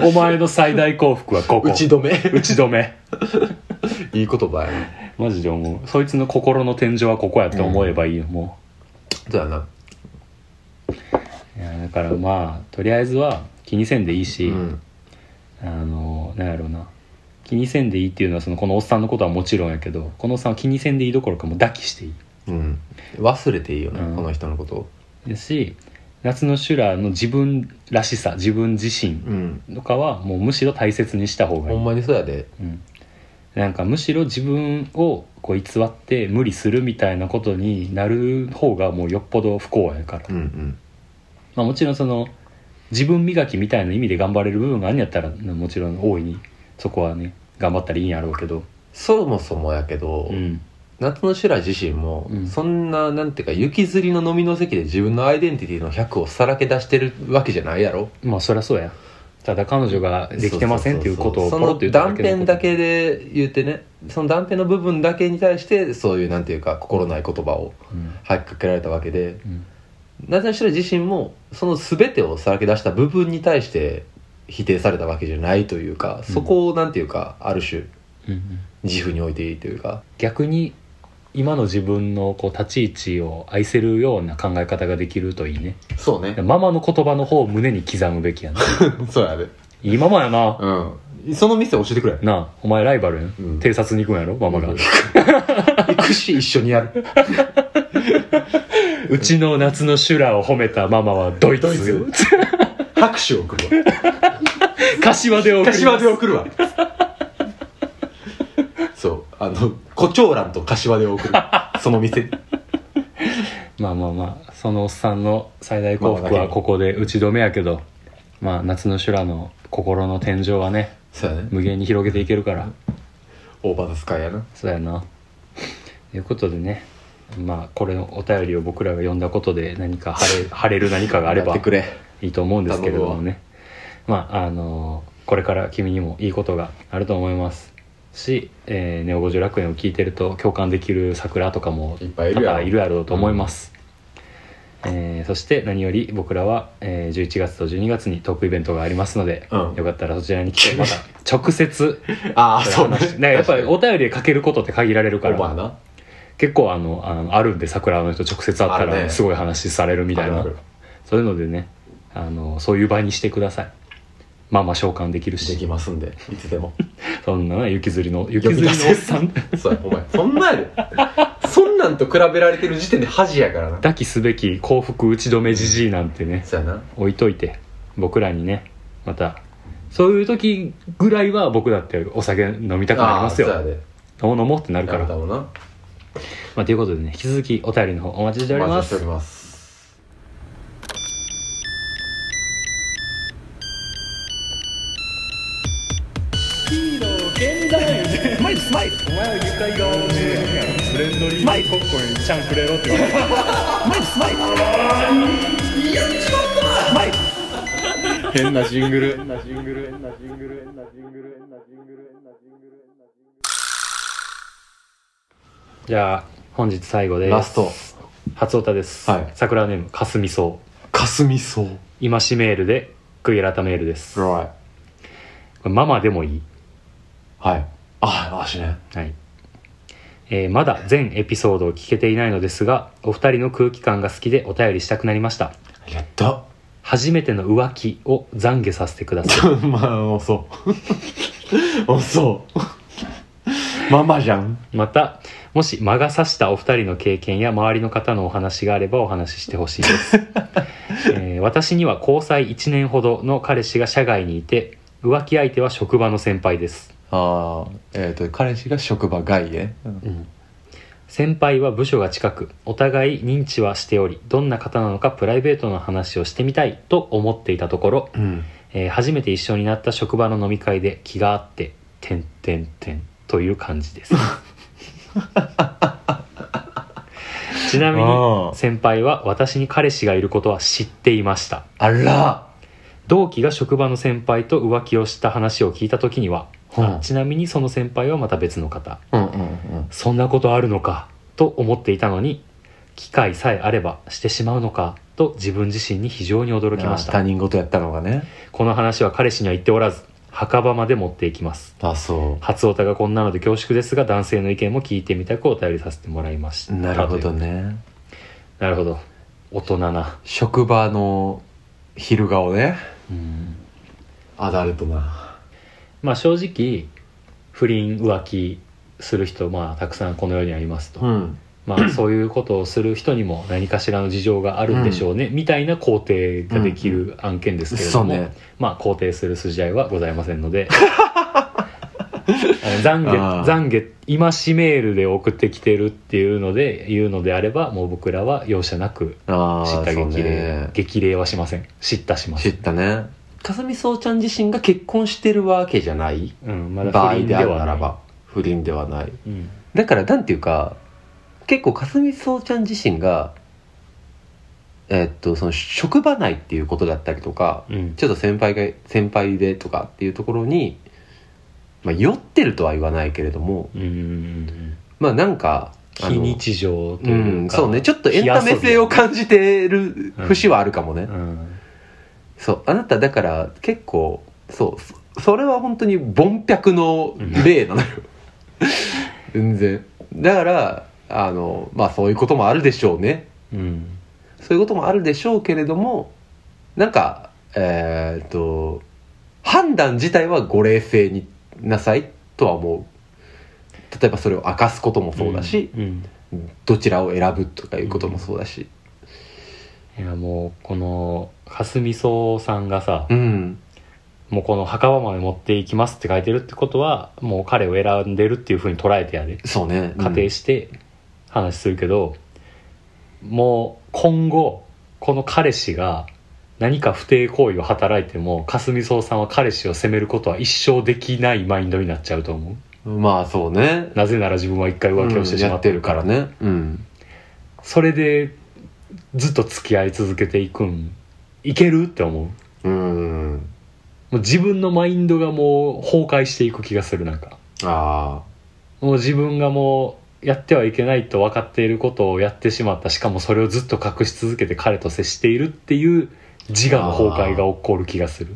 [SPEAKER 2] な
[SPEAKER 1] お前の最大幸福はここ
[SPEAKER 2] 打ち止め
[SPEAKER 1] 打ち止め
[SPEAKER 2] いい言葉やな
[SPEAKER 1] マジで思うそいつの心の天井はここやって思えばいいよ、もう
[SPEAKER 2] そうやない
[SPEAKER 1] やだからまあとりあえずは気にせんでいいし、
[SPEAKER 2] うん
[SPEAKER 1] あのなんやろうな気にせんでいいっていうのはそのこのおっさんのことはもちろんやけどこのおっさんは気にせんでいいどころかもう抱きしていい
[SPEAKER 2] うん忘れていいよね、
[SPEAKER 1] うん
[SPEAKER 2] この人のことを
[SPEAKER 1] ですし夏の修羅の自分らしさ自分自身
[SPEAKER 2] うん
[SPEAKER 1] とかはもうむしろ大切にした方がい
[SPEAKER 2] ほ
[SPEAKER 1] い、
[SPEAKER 2] んまにそうやで
[SPEAKER 1] うん、なんかむしろ自分をこう偽って無理するみたいなことになる方がもうよっぽど不幸やから
[SPEAKER 2] うんうん
[SPEAKER 1] まあ、もちろんその自分磨きみたいな意味で頑張れる部分があるんやったらもちろん大いにそこはね頑張ったらいいんやろうけど、
[SPEAKER 2] そもそもやけど、
[SPEAKER 1] うん、
[SPEAKER 2] 夏の修羅自身も、
[SPEAKER 1] うん
[SPEAKER 2] そんななんていうか行きずりの飲みの席で自分のアイデンティティの100をさらけ出してるわけじゃないやろ
[SPEAKER 1] まあそりゃそうやただ彼女ができてませんっていうことをポ
[SPEAKER 2] そう
[SPEAKER 1] ロ
[SPEAKER 2] そう
[SPEAKER 1] ッと
[SPEAKER 2] そう
[SPEAKER 1] 言
[SPEAKER 2] その
[SPEAKER 1] っただ
[SPEAKER 2] 断
[SPEAKER 1] けの
[SPEAKER 2] 片だけで言ってねその断片の部分だけに対してそういうなんていうか心ない言葉を
[SPEAKER 1] うん
[SPEAKER 2] 吐きかけられたわけで
[SPEAKER 1] うん
[SPEAKER 2] 夏の修羅自身もその全てをさらけ出した部分に対して否定されたわけじゃないというかそこをなんていうか、ある種
[SPEAKER 1] うんうん
[SPEAKER 2] 自負に置いていいというか
[SPEAKER 1] 逆に今の自分のこう立ち位置を愛せるような考え方ができるといいね
[SPEAKER 2] そうね
[SPEAKER 1] ママの言葉の方を胸に刻むべきやな
[SPEAKER 2] そうやで
[SPEAKER 1] いいママやな
[SPEAKER 2] うんその店教えてくれ
[SPEAKER 1] なあお前ライバルやん、
[SPEAKER 2] うん
[SPEAKER 1] 偵察に行くんやろママが、
[SPEAKER 2] うん行くし一緒にやる
[SPEAKER 1] うちの夏の修羅を褒めたママはドイツ
[SPEAKER 2] ドイツ拍手を送るわ
[SPEAKER 1] 柏で送ります
[SPEAKER 2] 柏で送るわ そうあの胡蝶蘭と柏で送るその店
[SPEAKER 1] まあまあまあそのおっさんの最大幸福はここで打ち止めやけどまあ夏の修羅の心の天井はね
[SPEAKER 2] そうやね
[SPEAKER 1] 無限に広げていけるから
[SPEAKER 2] オーバーザスカイやな
[SPEAKER 1] そうやなということでねまあこれのお便りを僕らが読んだことで何か晴れ晴れる何かがあれ
[SPEAKER 2] やっ
[SPEAKER 1] ば
[SPEAKER 2] てくれ
[SPEAKER 1] いいと思うんですけれどもねまああのこれから君にもいいことがあると思いますし、えーネオ五十楽園を聞いてると共感できる桜とかも
[SPEAKER 2] いっぱいい
[SPEAKER 1] 多
[SPEAKER 2] るや
[SPEAKER 1] 々
[SPEAKER 2] ろ
[SPEAKER 1] いるやろうと思います、えーそして何より僕らは、えー11月と12月にトークイベントがありますので、
[SPEAKER 2] うん
[SPEAKER 1] よかったらそちらに来てまた直接
[SPEAKER 2] ああそう
[SPEAKER 1] 話
[SPEAKER 2] ね
[SPEAKER 1] ねやっぱりお便りかけることって限られる
[SPEAKER 2] オ
[SPEAKER 1] か
[SPEAKER 2] ーバー
[SPEAKER 1] ら
[SPEAKER 2] な
[SPEAKER 1] 結構あのあのあるんで桜の人直接会った
[SPEAKER 2] ある
[SPEAKER 1] ら
[SPEAKER 2] ね
[SPEAKER 1] すごい話されるみたいな、
[SPEAKER 2] あるある
[SPEAKER 1] そういうのでねあのそういう場にしてくださいまあまあ召喚できる
[SPEAKER 2] でき
[SPEAKER 1] し
[SPEAKER 2] ますんでいつでも
[SPEAKER 1] そんなのは雪ずりの雪ずりのおっさん
[SPEAKER 2] そうやお前そんなんやでそんなんと比べられてる時点で恥やからな
[SPEAKER 1] 抱きすべき幸福打ち止めじじいなんてね
[SPEAKER 2] そうやな
[SPEAKER 1] 置いといて僕らにねまたそういう時ぐらいは僕だってお酒飲みたくなります
[SPEAKER 2] ああ
[SPEAKER 1] よ
[SPEAKER 2] そうやで
[SPEAKER 1] 飲もう飲もうってなるか
[SPEAKER 2] だ
[SPEAKER 1] ら、
[SPEAKER 2] めだ
[SPEAKER 1] ま
[SPEAKER 2] もんな
[SPEAKER 1] あ、ということでね引き続きお便りの方お待ちしており
[SPEAKER 2] お
[SPEAKER 1] ま
[SPEAKER 2] 待ちしてお
[SPEAKER 1] す
[SPEAKER 2] ります
[SPEAKER 3] 変なジングル。
[SPEAKER 1] じゃあ本日最後です
[SPEAKER 2] ラスト
[SPEAKER 1] 初おたです、
[SPEAKER 2] はい
[SPEAKER 1] 桜ネームかすみそう
[SPEAKER 2] かすみそう
[SPEAKER 1] 今しメールで悔い改メールですこ
[SPEAKER 2] right
[SPEAKER 1] れママでもいい
[SPEAKER 2] はいああしね
[SPEAKER 1] はい、えーまだ全エピソードを聞けていないのですがお二人の空気感が好きでお便りしたくなりました
[SPEAKER 2] やった
[SPEAKER 1] 初めての浮気を懺悔させてください
[SPEAKER 2] まあ遅う 遅うママじゃん
[SPEAKER 1] またもし魔が差したお二人の経験や周りの方のお話があればお話ししてほしいです、えー私には交際1年ほどの彼氏が社外にいて浮気相手は職場の先輩です、
[SPEAKER 2] ああえっ、と彼氏が職場外へ、
[SPEAKER 1] 先輩は部署が近くお互い認知はしておりどんな方なのかプライベートの話をしてみたいと思っていたところ、
[SPEAKER 2] うん、
[SPEAKER 1] えー初めて一緒になった職場の飲み会で気があって「てん てんてん」という感じですちちなみ
[SPEAKER 3] あ
[SPEAKER 1] に
[SPEAKER 3] ー
[SPEAKER 1] 先輩は私に彼氏がいることは知っていました
[SPEAKER 2] あら
[SPEAKER 1] 同期が職場の先輩と浮気をした話を聞いた時には、
[SPEAKER 2] うん
[SPEAKER 1] ちなみにその先輩はまた別の方
[SPEAKER 2] うんうんうん
[SPEAKER 1] そんなことあるのかと思っていたのに機会さえあればしてしまうのかと自分自身に非常に驚きまし
[SPEAKER 2] あー他
[SPEAKER 1] た
[SPEAKER 2] 人事やったのがね
[SPEAKER 1] この話は彼氏には言っておらず墓場まで持っていきます
[SPEAKER 2] あそ
[SPEAKER 1] 初オタがこんなので恐縮ですが男性の意見も聞いてみたくお便りさせてもらいました
[SPEAKER 2] なるほど
[SPEAKER 1] という
[SPEAKER 2] ね
[SPEAKER 1] なるほど大人な
[SPEAKER 2] 職場の昼顔ね
[SPEAKER 1] うん
[SPEAKER 2] アダルトな
[SPEAKER 1] まあ正直不倫浮気する人まあたくさんこの世にありますと、
[SPEAKER 2] ん
[SPEAKER 1] まあそういうことをする人にも何かしらの事情があるんでしょうね、みたいな肯定ができる案件ですけれ
[SPEAKER 2] そ
[SPEAKER 1] ど
[SPEAKER 2] う
[SPEAKER 1] も、
[SPEAKER 2] ね
[SPEAKER 1] まあ肯定する筋合いはございませんの であの懺悔
[SPEAKER 2] ああ
[SPEAKER 1] 懺悔戒めメールで送ってきてるっていうので言うのであればもう僕らは容赦なく
[SPEAKER 2] ああ
[SPEAKER 1] 叱咤
[SPEAKER 2] そう
[SPEAKER 1] 激励、
[SPEAKER 2] ね
[SPEAKER 1] 激励はしません叱咤しま
[SPEAKER 2] 知
[SPEAKER 1] せ
[SPEAKER 2] っ
[SPEAKER 1] ん、
[SPEAKER 2] たねかすみそうちゃん自身が結婚してるわけじゃない
[SPEAKER 1] うん、まだ不
[SPEAKER 2] 場合
[SPEAKER 1] 倫
[SPEAKER 2] で
[SPEAKER 1] では
[SPEAKER 2] ある
[SPEAKER 1] ない
[SPEAKER 2] ならば不倫ではない
[SPEAKER 1] うん
[SPEAKER 2] だからなんていうか結構かすみそうちゃん自身がえっとその職場内っていうことだったりとか
[SPEAKER 1] うん
[SPEAKER 2] ちょっと先輩が先輩でとかっていうところに、まあ、酔ってるとは言わないけれども
[SPEAKER 1] うんうんうん
[SPEAKER 2] まあなんかあの
[SPEAKER 1] 非日常と
[SPEAKER 2] う、
[SPEAKER 1] いうんか、
[SPEAKER 2] そうねちょっとエンタメ性を感じてる節はあるかもね、
[SPEAKER 1] うん
[SPEAKER 2] そうあなただから結構そうそそれは本当に凡百の例なのよ 全然だからあのまあそういうこともあるでしょうね
[SPEAKER 1] うん
[SPEAKER 2] そういうこともあるでしょうけれどもなんかえーっと判断自体はご冷静になさいとは思う例えばそれを明かすこともそうだし、
[SPEAKER 1] んうん
[SPEAKER 2] どちらを選ぶとかいうこともそうだし
[SPEAKER 1] いやもうこのかすみそうさんがさ、
[SPEAKER 2] うん
[SPEAKER 1] もうこの墓場まで持っていきますって書いてるってことはもう彼を選んでるっていうふうに捉えてやで
[SPEAKER 2] そうね
[SPEAKER 1] 仮定して話するけど、もう今後この彼氏が何か不貞行為を働いてもかすみそうさんは彼氏を責めることは一生できないマインドになっちゃうと思う
[SPEAKER 2] うんまあそうね
[SPEAKER 1] なぜなら自分は一回浮気をしてしまってるから,、
[SPEAKER 2] うんやってるからねうん
[SPEAKER 1] それでずっと付き合い続けていくんいけるって思う
[SPEAKER 2] うーん
[SPEAKER 1] もう自分のマインドがもう崩壊していく気がするなんか
[SPEAKER 2] あ
[SPEAKER 1] もう自分がもうやってはいけないと分かっていることをやってしまったしかもそれをずっと隠し続けて彼と接しているっていう自我の崩壊が起こる気がする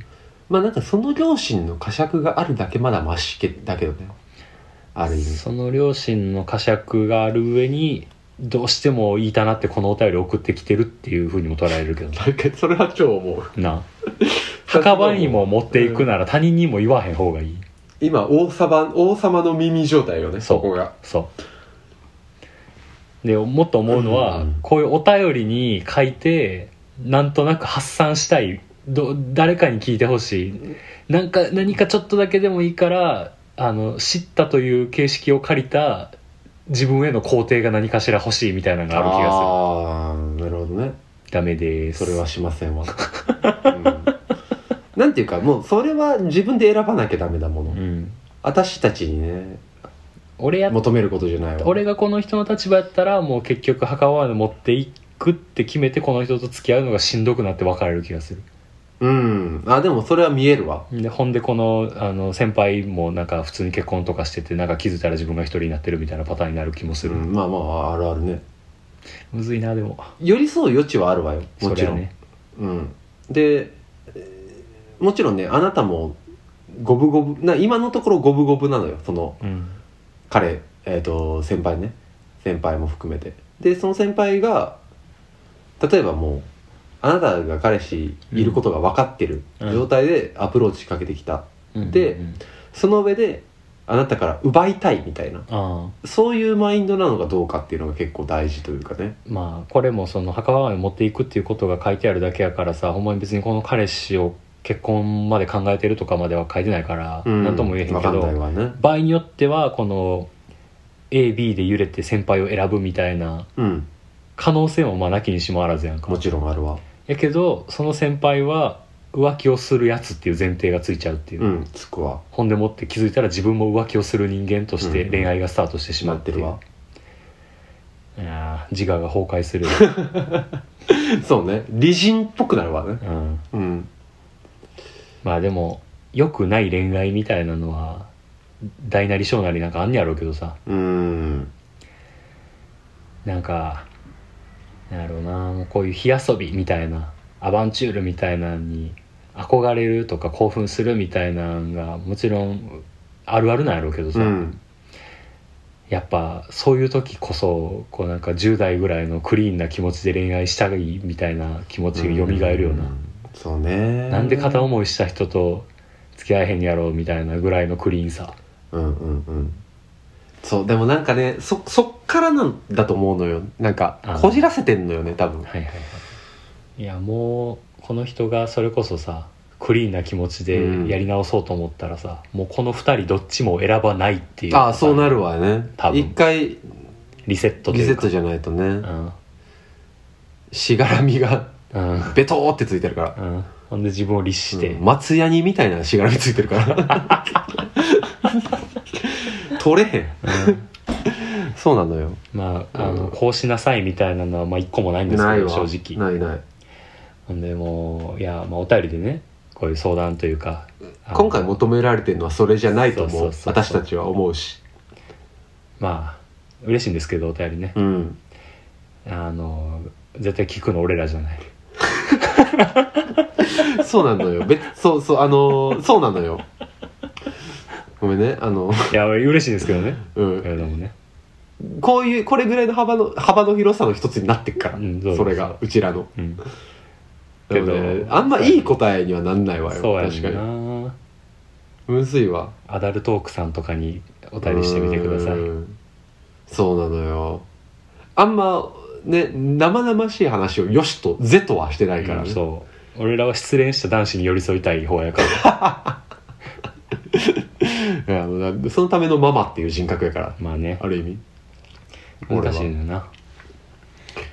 [SPEAKER 2] まあなんかその両親の呵責があるだけまだマシけだけどねある意味
[SPEAKER 1] その両親の呵責がある上にどうしても言いたなってこのお便り送ってきてるっていうふうにも捉えるけどな
[SPEAKER 2] なんかそれ は超思う
[SPEAKER 1] な墓場にも持っていくなら他人にも言わへん方がいい
[SPEAKER 2] 今王様王様の耳状態よね
[SPEAKER 1] そう
[SPEAKER 2] そこが
[SPEAKER 1] そうでもっと思うのは、
[SPEAKER 2] うん
[SPEAKER 1] こういうお便りに書いてなんとなく発散したいど誰かに聞いてほしいなんか何かちょっとだけでもいいからあの知ったという形式を借りた自分への肯定が何かしら欲しいみたいなのがある気が
[SPEAKER 2] ああなるほどね
[SPEAKER 1] するダメです
[SPEAKER 2] それはしませ んわ、うんなんていうかもうそれは自分で選ばなきゃダメだもの、
[SPEAKER 1] うん
[SPEAKER 2] 私たちにね
[SPEAKER 1] 俺や
[SPEAKER 2] 求めることじゃないわ
[SPEAKER 1] 俺がこの人の立場やったらもう結局墓場まで持っていくって決めてこの人と付き合うのがしんどくなって別れる気がする
[SPEAKER 2] うんあでもそれは見えるわ
[SPEAKER 1] でほんでこのあの先輩もなんか普通に結婚とかしててなんか気づいたら自分が一人になってるみたいなパターンになる気もす
[SPEAKER 2] う
[SPEAKER 1] る、
[SPEAKER 2] んまあまああるあるね
[SPEAKER 1] むずいなでも
[SPEAKER 2] 寄り添う余地はあるわよも
[SPEAKER 1] そり
[SPEAKER 2] ち
[SPEAKER 1] ゃ
[SPEAKER 2] ろん、
[SPEAKER 1] ね
[SPEAKER 2] うん、で、えーもちろんねあなたも五分五分な今のところ五分五分なのよその
[SPEAKER 1] うん
[SPEAKER 2] 彼、えー、と先輩ね先輩も含めてでその先輩が例えばもうあなたが彼氏いることが分かってる
[SPEAKER 1] うん
[SPEAKER 2] 状態でアプローチかけてきた、
[SPEAKER 1] うん
[SPEAKER 2] で
[SPEAKER 1] うん
[SPEAKER 2] その上であなたから奪いたいみたいな
[SPEAKER 1] ああ
[SPEAKER 2] そういうマインドなのかどうかっていうのが結構大事というかね
[SPEAKER 1] まあこれもその墓場まで持っていくっていうことが書いてあるだけやからさほんまに別にこの彼氏を結婚まで考えてるとかまでは書いてないから
[SPEAKER 2] う
[SPEAKER 1] 何、
[SPEAKER 2] ん
[SPEAKER 1] なん、とも言えへんけ
[SPEAKER 2] わかんない
[SPEAKER 1] ど
[SPEAKER 2] わね
[SPEAKER 1] 場合によってはこの AB で揺れて先輩を選ぶみたいな
[SPEAKER 2] うん
[SPEAKER 1] 可能性もまあなきにしもあらずやんか
[SPEAKER 2] もちろんあるわ
[SPEAKER 1] やけどその先輩は浮気をするやつっていう前提がついちゃうっていう、
[SPEAKER 2] うんつくわ
[SPEAKER 1] ほんでもって気づいたら自分も浮気をする人間として
[SPEAKER 2] うん
[SPEAKER 1] 恋愛がスタートしてし
[SPEAKER 2] しま
[SPEAKER 1] まっ
[SPEAKER 2] っ
[SPEAKER 1] て
[SPEAKER 2] て
[SPEAKER 1] い
[SPEAKER 2] る
[SPEAKER 1] う
[SPEAKER 2] わ
[SPEAKER 1] いやー自我が崩壊 する、
[SPEAKER 2] そうね理人っぽくなるわね
[SPEAKER 1] うん、
[SPEAKER 2] うん
[SPEAKER 1] まあでも良くない恋愛みたいなのは大なり小なりなんかあんねやろうけどさ
[SPEAKER 2] うん
[SPEAKER 1] なんかなんやろうなもうこういう火遊びみたいなアバンチュールみたいなのに憧れるとか興奮するみたいなのがもちろんあるあるなんやろうけどさ、
[SPEAKER 2] うん
[SPEAKER 1] やっぱそういう時こそこうなんか10代ぐらいのクリーンな気持ちで恋愛したいみたいな気持ちが蘇るような、
[SPEAKER 2] そうね
[SPEAKER 1] なんで片思いした人と付き合えへんやろうみたいなぐらいのクリーンさ
[SPEAKER 2] うんうんうんそうでもなんかねそそっからなんだと思うのよなんか
[SPEAKER 1] あー
[SPEAKER 2] こじらせてんのよね多分
[SPEAKER 1] はいはいはいいやもうこの人がそれこそさクリーンな気持ち
[SPEAKER 2] うん
[SPEAKER 1] でやり直そうと思ったらさ、もうこの2人どっちも選ばないっていう
[SPEAKER 2] ああそうなるわね
[SPEAKER 1] 多分
[SPEAKER 2] 一回
[SPEAKER 1] リセットと
[SPEAKER 2] リ
[SPEAKER 1] い
[SPEAKER 2] セ
[SPEAKER 1] う
[SPEAKER 2] ッ
[SPEAKER 1] か
[SPEAKER 2] トじゃないとね
[SPEAKER 1] うん
[SPEAKER 2] しがらみが
[SPEAKER 1] うん
[SPEAKER 2] ベトーってついてるか
[SPEAKER 1] う
[SPEAKER 2] ら
[SPEAKER 1] んほんで自分を律して、
[SPEAKER 2] うん松ヤニみたいなしがらみついてるから 取れへ
[SPEAKER 1] う
[SPEAKER 2] ん
[SPEAKER 1] ん
[SPEAKER 2] そうなのよ
[SPEAKER 1] まああの、
[SPEAKER 2] うん
[SPEAKER 1] こうしなさいみたいなのはまあ一個もないんです
[SPEAKER 2] な
[SPEAKER 1] け
[SPEAKER 2] い
[SPEAKER 1] ど
[SPEAKER 2] わ
[SPEAKER 1] 正直
[SPEAKER 2] ないない
[SPEAKER 1] ほんでもういや、まあ、お便りでねこういう相談というかあの
[SPEAKER 2] 今回求められてるのはそれじゃないと
[SPEAKER 1] そ
[SPEAKER 2] 思
[SPEAKER 1] う
[SPEAKER 2] う
[SPEAKER 1] そうそうそう
[SPEAKER 2] 私たちは思うし
[SPEAKER 1] まあ嬉しいんですけどお便りね、
[SPEAKER 2] うん
[SPEAKER 1] あの絶対聞くの俺らじゃない
[SPEAKER 2] そうなのよ別そうそうあのーそうなのよごめんねあの
[SPEAKER 1] いや嬉しいんですけどね
[SPEAKER 2] うん
[SPEAKER 1] けれどもね
[SPEAKER 2] こういうこれぐらいの幅の幅の広さの一つになってっか
[SPEAKER 1] う
[SPEAKER 2] ら、
[SPEAKER 1] んそう
[SPEAKER 2] それがうちらの
[SPEAKER 1] うん
[SPEAKER 2] でも
[SPEAKER 1] け
[SPEAKER 2] ね
[SPEAKER 1] ど
[SPEAKER 2] あんまいい答えにはなんないわよ
[SPEAKER 1] そうや
[SPEAKER 2] 確か
[SPEAKER 1] ね
[SPEAKER 2] に
[SPEAKER 1] んな
[SPEAKER 2] むずいわ
[SPEAKER 1] アダルトークさんとかにお便りしてみてくださいううん
[SPEAKER 2] そうなのよあんまね生々しい話をよしと是とはしてないから
[SPEAKER 1] ん
[SPEAKER 2] ね、
[SPEAKER 1] そう俺らは失恋した男子に寄り添いたい方やから
[SPEAKER 2] いやあのなそのためのママっていう人格やから
[SPEAKER 1] まあね
[SPEAKER 2] ある意味 俺
[SPEAKER 1] 難
[SPEAKER 2] は
[SPEAKER 1] しいのよな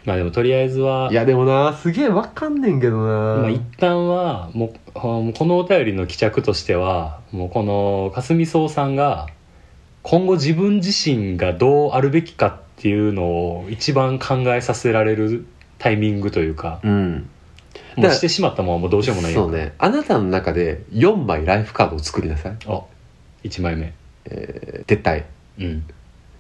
[SPEAKER 1] まあでもとりあえずはい
[SPEAKER 2] やでもなすげえわかんねんけどな、
[SPEAKER 1] まあ、一旦はもうあもうこのお便りの帰着としてはもうこのかすみそうさんが今後自分自身がどうあるべきかっていうのを一番考えさせられるタイミングというか
[SPEAKER 2] うんだ
[SPEAKER 1] もうしてしまったもんはもうどうしようもないやん
[SPEAKER 2] そうねあなたの中で4枚ライフカードを作りなさい
[SPEAKER 1] あ1枚目
[SPEAKER 2] 撤退
[SPEAKER 1] うん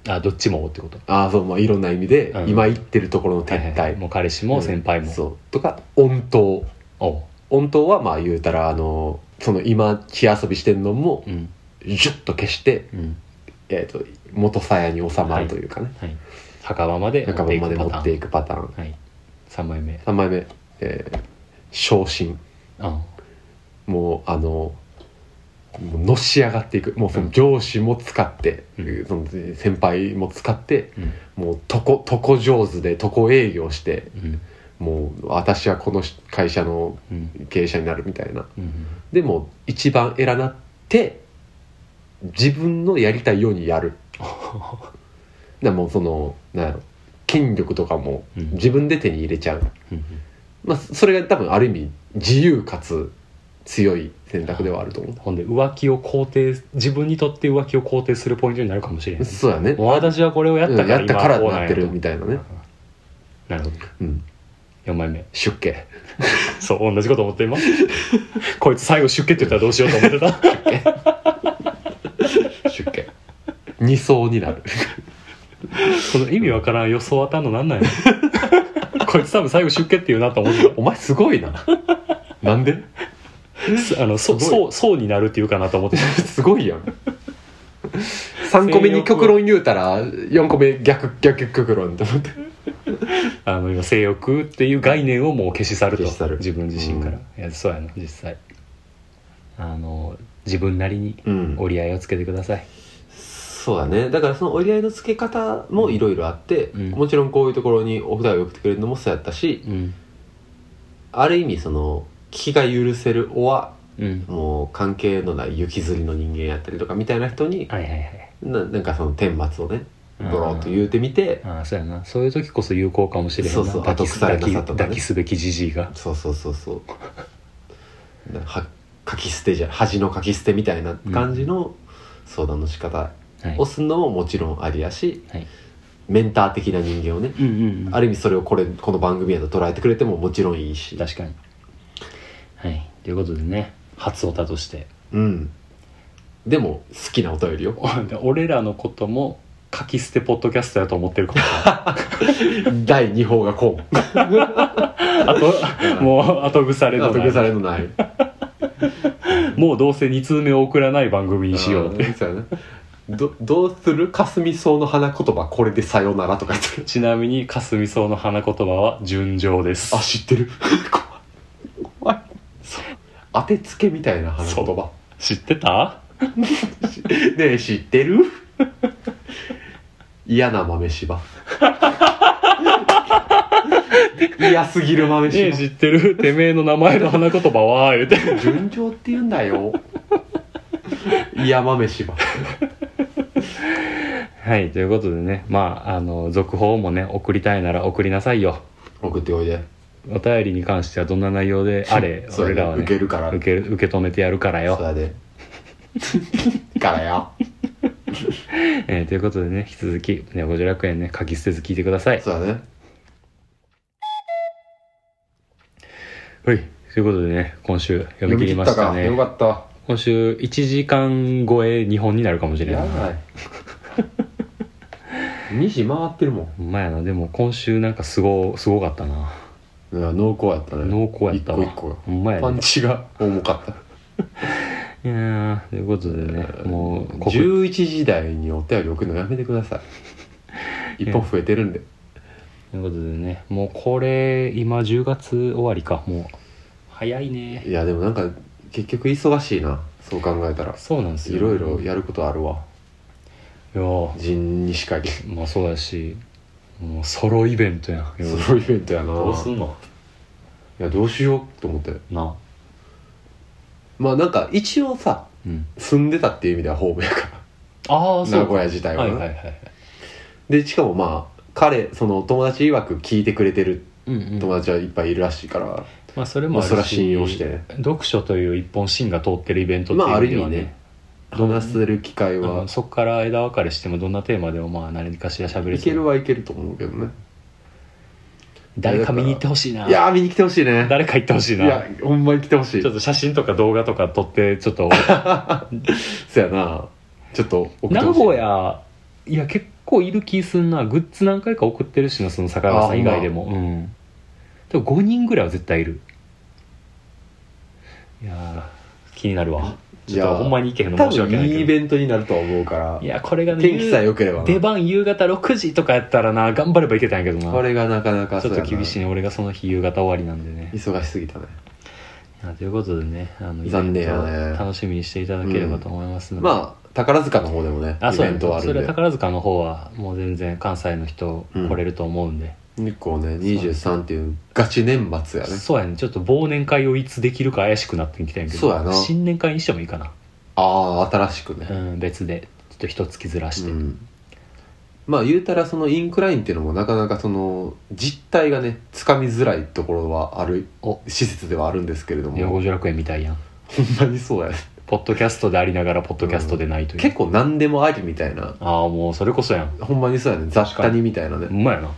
[SPEAKER 1] あどっちもってこと
[SPEAKER 2] ああそうまあいろんな意味で、
[SPEAKER 1] うん
[SPEAKER 2] 今言ってるところの撤退、
[SPEAKER 1] はいはいはいもう彼氏も先輩も、
[SPEAKER 2] そうとか音頭
[SPEAKER 1] おう
[SPEAKER 2] 音頭はまあ言うたらあのその今火遊びしてんのも
[SPEAKER 1] うん
[SPEAKER 2] ジュッと消して、
[SPEAKER 1] うん
[SPEAKER 2] えー、と元鞘に収まるというかね、
[SPEAKER 1] はい墓場まで持
[SPEAKER 2] 仲
[SPEAKER 1] っ
[SPEAKER 2] 間
[SPEAKER 1] てい
[SPEAKER 2] ま
[SPEAKER 1] く
[SPEAKER 2] で持
[SPEAKER 1] パタ
[SPEAKER 2] って
[SPEAKER 1] ー
[SPEAKER 2] いくパターン
[SPEAKER 1] ンはい3枚目
[SPEAKER 2] 3枚目、えー昇進
[SPEAKER 1] あ
[SPEAKER 2] もうあのもうのし上がっていくもうその上司も使って、
[SPEAKER 1] うん
[SPEAKER 2] その先輩も使って
[SPEAKER 1] うん
[SPEAKER 2] もうとことこ上手でとこ営業して
[SPEAKER 1] うん
[SPEAKER 2] もう私はこの会社の
[SPEAKER 1] うん
[SPEAKER 2] 経営者になるみたいな
[SPEAKER 1] うん
[SPEAKER 2] でも一番偉なって自分のやりたいように やるでもうそのなんやろ権力とかも
[SPEAKER 1] うん
[SPEAKER 2] 自分で手に入れちゃう、
[SPEAKER 1] うん
[SPEAKER 2] まあ、それが多分ある意味自由かつ強い選択ではあると思
[SPEAKER 1] ほんで浮気を肯定自分にとって浮気を肯定するポイントになるかもしれな
[SPEAKER 2] う
[SPEAKER 1] い
[SPEAKER 2] そうやね
[SPEAKER 1] もう私はこれをやったか
[SPEAKER 2] うん
[SPEAKER 1] ら
[SPEAKER 2] やったから
[SPEAKER 1] 今こ
[SPEAKER 2] に
[SPEAKER 1] う
[SPEAKER 2] なっ
[SPEAKER 1] ん
[SPEAKER 2] て
[SPEAKER 1] やと
[SPEAKER 2] るみたいなね、
[SPEAKER 1] なるほど
[SPEAKER 2] うん、
[SPEAKER 1] 4枚目
[SPEAKER 2] 出家
[SPEAKER 1] そう同じこと思ってますこいつ最後出家って言ったらどうしようと思ってた
[SPEAKER 2] 出家二層にな る
[SPEAKER 1] この意味わからん予想当たんのなんなんやこいつ多分最後出家って言うなと思って
[SPEAKER 2] お前すごいななんで
[SPEAKER 1] たあのそ
[SPEAKER 2] すごいう
[SPEAKER 1] そうになるっていうかなと思ってた
[SPEAKER 2] すごいやん3個目に極論言うたら4個目逆逆極論と思って
[SPEAKER 1] あの今性欲っていう概念をもう消し去ると
[SPEAKER 2] 消し去る
[SPEAKER 1] 自分自身から、いやそうやな実際あの自分なりに
[SPEAKER 2] うん
[SPEAKER 1] 折り合いをつけてください
[SPEAKER 2] そうだねだからその折り合いのつけ方もいろいろあって、
[SPEAKER 1] うん
[SPEAKER 2] もちろんこういうところにお札を送ってくれるのもそうやったし、
[SPEAKER 1] うん
[SPEAKER 2] ある意味その気が許せるおは
[SPEAKER 1] うん
[SPEAKER 2] もう関係のない行きずりの人間やったりとかみたいな人に
[SPEAKER 1] はいはいはい
[SPEAKER 2] ななんかその顛末をね
[SPEAKER 1] うん
[SPEAKER 2] ドローンと言うてみて、
[SPEAKER 1] ああそうやなそういう時こそ有効かもしれへんな
[SPEAKER 2] そうそう
[SPEAKER 1] 抱き
[SPEAKER 2] 後腐れな
[SPEAKER 1] 抱き
[SPEAKER 2] さとかね
[SPEAKER 1] 抱きすべきじじいが
[SPEAKER 2] そうそうそうそう なは書き捨てじゃ恥の書き捨てみたいな感じの相談の仕方
[SPEAKER 1] はい
[SPEAKER 2] をするのももちろんありやし、
[SPEAKER 1] はい
[SPEAKER 2] メンター的な人間をね
[SPEAKER 1] うんうんうん
[SPEAKER 2] ある意味それをこれこの番組やと捉えてくれてももちろんいいし
[SPEAKER 1] 確かにはいということでね初オタとして
[SPEAKER 2] うんでも好きなお便りよ
[SPEAKER 1] 俺らのことも書き捨てポッドキャストやと思ってるかも
[SPEAKER 2] 第2報がこう
[SPEAKER 1] あともう後腐れの
[SPEAKER 2] 後
[SPEAKER 1] ない
[SPEAKER 2] 消されのない
[SPEAKER 1] もうどうせ2通目を送らない番組にしようって
[SPEAKER 2] んそうやなどどうする霞草の花言葉これでさよならとか言ってる
[SPEAKER 1] ちなみにかすみ草の花言葉は純情です
[SPEAKER 2] あ知ってる 怖いそう当てつけみたいな花言葉
[SPEAKER 1] 知ってた
[SPEAKER 2] ねえ知ってる 嫌な豆柴 嫌すぎる豆
[SPEAKER 1] ねえ
[SPEAKER 2] 柴
[SPEAKER 1] 知ってる てめえの名前の花言葉は言うて
[SPEAKER 2] 純情って言うんだよ嫌豆柴
[SPEAKER 1] はいということでねまああの続報もね送りたいなら送りなさいよ
[SPEAKER 2] 送っておいで
[SPEAKER 1] お便りに関してはどんな内容で あれ
[SPEAKER 2] そ
[SPEAKER 1] 俺
[SPEAKER 2] れで
[SPEAKER 1] らはね
[SPEAKER 2] 受けるから
[SPEAKER 1] 受ける受け止めてやるから
[SPEAKER 2] そ
[SPEAKER 1] よ、
[SPEAKER 2] れでからや
[SPEAKER 1] えーということでね引き続き「ねごじ楽園ね」書き捨てず聞いてください
[SPEAKER 2] そうだね
[SPEAKER 1] はいということでね今週読み切りましたね
[SPEAKER 2] 読み切ったかよかっ
[SPEAKER 1] 今週1時間超え2本になるかもしれ
[SPEAKER 2] たや
[SPEAKER 1] ない
[SPEAKER 2] ばい2時回ってるもん
[SPEAKER 1] ほんまやなでも今週なんかすごすごかったない
[SPEAKER 2] や濃厚やったね
[SPEAKER 1] 濃厚やったわ
[SPEAKER 2] 一個一
[SPEAKER 1] ほんま
[SPEAKER 2] 個パ
[SPEAKER 1] や
[SPEAKER 2] ン
[SPEAKER 1] ね
[SPEAKER 2] チが重か った
[SPEAKER 1] いやーということでねもう告
[SPEAKER 2] 11時台にお便り送るのやめてくだ さい一本増えてるんで
[SPEAKER 1] ということでねもうこれ今10月終わりかもう早いね
[SPEAKER 2] いやでもなんか結局忙しいなそう考えたら
[SPEAKER 1] そうなんですよ
[SPEAKER 2] いろいろやることあるわ
[SPEAKER 1] いやー
[SPEAKER 2] 人にしかり
[SPEAKER 1] まあそうだしもうソロイベントやん
[SPEAKER 2] ソロイベントやな
[SPEAKER 1] どうすんの
[SPEAKER 2] いやどうしようと思って
[SPEAKER 1] な
[SPEAKER 2] まあなんか一応さ
[SPEAKER 1] うん
[SPEAKER 2] 住んでたっていう意味ではホームやから
[SPEAKER 1] ああそう
[SPEAKER 2] 名
[SPEAKER 1] か
[SPEAKER 2] 古屋自体は
[SPEAKER 1] はい
[SPEAKER 2] な、
[SPEAKER 1] はいはい
[SPEAKER 2] でしかもまあ彼その友達曰く聞いてくれてる
[SPEAKER 1] うんうん
[SPEAKER 2] 友達はいっぱいいるらしいから、
[SPEAKER 1] まあそれ
[SPEAKER 2] ま
[SPEAKER 1] も
[SPEAKER 2] あ
[SPEAKER 1] あるし
[SPEAKER 2] それは信用して
[SPEAKER 1] 読書という一本芯が通ってるイベントって
[SPEAKER 2] ま
[SPEAKER 1] いう
[SPEAKER 2] ああ
[SPEAKER 1] 意味
[SPEAKER 2] る意
[SPEAKER 1] で
[SPEAKER 2] 味
[SPEAKER 1] はね
[SPEAKER 2] ね話せる機会
[SPEAKER 1] あ
[SPEAKER 2] は
[SPEAKER 1] のそこから枝分かれしてもどんなテーマでもまあ何かしら喋れ
[SPEAKER 2] い
[SPEAKER 1] て
[SPEAKER 2] けるはいけると思うけどね
[SPEAKER 1] 誰か見に行ってほしいない
[SPEAKER 2] やー見に来てほしいね
[SPEAKER 1] 誰か行ってほしい
[SPEAKER 2] い
[SPEAKER 1] な
[SPEAKER 2] やほんまに来てほしい
[SPEAKER 1] ちょっと写真とか動画とか撮ってちょっと
[SPEAKER 2] そやなちょっと送って
[SPEAKER 1] 名
[SPEAKER 2] ほしい
[SPEAKER 1] 古屋いや結構いる気すんなグッズ何回か送ってるしなその坂山さん以外でも、うんでも5人ぐらいは絶対いるいやー気になるわちょっとほんまに行けへんの
[SPEAKER 2] 多
[SPEAKER 1] 申し訳
[SPEAKER 2] 分
[SPEAKER 1] ない
[SPEAKER 2] いいイ
[SPEAKER 1] け
[SPEAKER 2] ベントになるとは思うから
[SPEAKER 1] どいやこれがね
[SPEAKER 2] 天気さえ良ければな
[SPEAKER 1] 出番夕方6時とかやったらな頑張ればいけたんやけどな
[SPEAKER 2] これがなかなか
[SPEAKER 1] ちょっと厳しい
[SPEAKER 2] い
[SPEAKER 1] ね俺がその日夕方終わりなんでね
[SPEAKER 2] 忙しすぎたね
[SPEAKER 1] いやということでねあの
[SPEAKER 2] 残念
[SPEAKER 1] イベントを
[SPEAKER 2] やね
[SPEAKER 1] 楽しみにしていただければと思いますので、
[SPEAKER 2] まあ宝塚の方でもね
[SPEAKER 1] あ
[SPEAKER 2] イ
[SPEAKER 1] そうや
[SPEAKER 2] ベントはあ
[SPEAKER 1] そ
[SPEAKER 2] る
[SPEAKER 1] れは
[SPEAKER 2] んで
[SPEAKER 1] 宝塚の方はもう全然関西の人来れると思うんで、
[SPEAKER 2] 日光ね23っていうガチ年末やね
[SPEAKER 1] そうやねちょっと忘年会をいつできるか怪しくなってきたんやけど
[SPEAKER 2] そうやな
[SPEAKER 1] 新年会にしてもいいかな、
[SPEAKER 2] ああ新しく
[SPEAKER 1] う
[SPEAKER 2] ね、
[SPEAKER 1] ん、別でちょっと一月ずらして、
[SPEAKER 2] うんまあ言うたらそのインクラインっていうのもなかなかその実態がねつかみづらいところはある
[SPEAKER 1] お
[SPEAKER 2] 施設ではあるんですけれども
[SPEAKER 1] ネオ五
[SPEAKER 2] ほん
[SPEAKER 1] 条楽園みたいやん
[SPEAKER 2] まにそうやね
[SPEAKER 1] ポッドキャストでありながらポッドキャストでないという、
[SPEAKER 2] 結構何でもありみたいな
[SPEAKER 1] ああもうそれこそやん
[SPEAKER 2] ほんまにそうやね雑多にみたいな
[SPEAKER 1] う
[SPEAKER 2] ね
[SPEAKER 1] まやな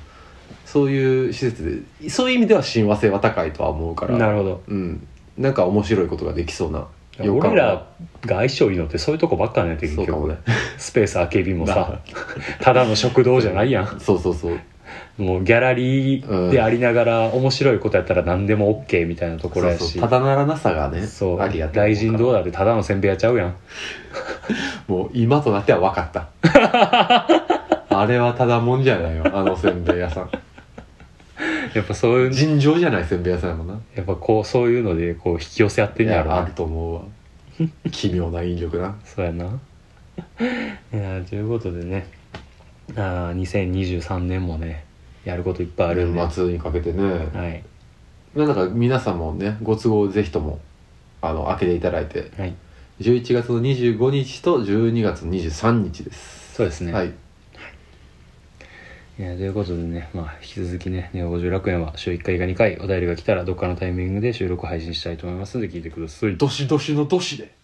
[SPEAKER 2] そういう施設でそういう意味では親和性は高いとは思うから
[SPEAKER 1] なるほど
[SPEAKER 2] うんなんか面白いことができそうな予感は
[SPEAKER 1] 俺らが相性いいのってそういうとこばっかなんやって
[SPEAKER 2] そうかもね
[SPEAKER 1] スペースあけびもさ ただの食堂じゃないやん
[SPEAKER 2] そうそうそう
[SPEAKER 1] もうギャラリーでありながら面白いことやったら何でも OK みたいなところや
[SPEAKER 2] そうそ
[SPEAKER 1] し
[SPEAKER 2] うただならなさがね
[SPEAKER 1] そう
[SPEAKER 2] ありやと思うから
[SPEAKER 1] 大臣どうだってただのせんべい屋ちゃうやん
[SPEAKER 2] もう今となっては分か ったあれはただもんじゃないよあのせんべい屋さん
[SPEAKER 1] やっぱそういう
[SPEAKER 2] 尋常じゃないせんべい屋さんやもんな
[SPEAKER 1] やっぱこうそういうのでこう引き寄せ合ってんやろ
[SPEAKER 2] ある
[SPEAKER 1] な
[SPEAKER 2] と思 うわ奇妙な引力な
[SPEAKER 1] そうやな いやということでねあー2023年もねやることいっぱいあるんで、
[SPEAKER 2] 年末にかけてね
[SPEAKER 1] はい
[SPEAKER 2] なんか皆さんもねご都合ぜひともあの開けていただいて
[SPEAKER 1] はい
[SPEAKER 2] 11月の25日と12月の23日です
[SPEAKER 1] そうですね
[SPEAKER 2] はい
[SPEAKER 1] いやということでね、まあ、引き続きね「ネオ50楽園」は週1回か2回お便りが来たらどっかのタイミングで収録配信したいと思いますので聞いてください
[SPEAKER 2] どしどしのどしで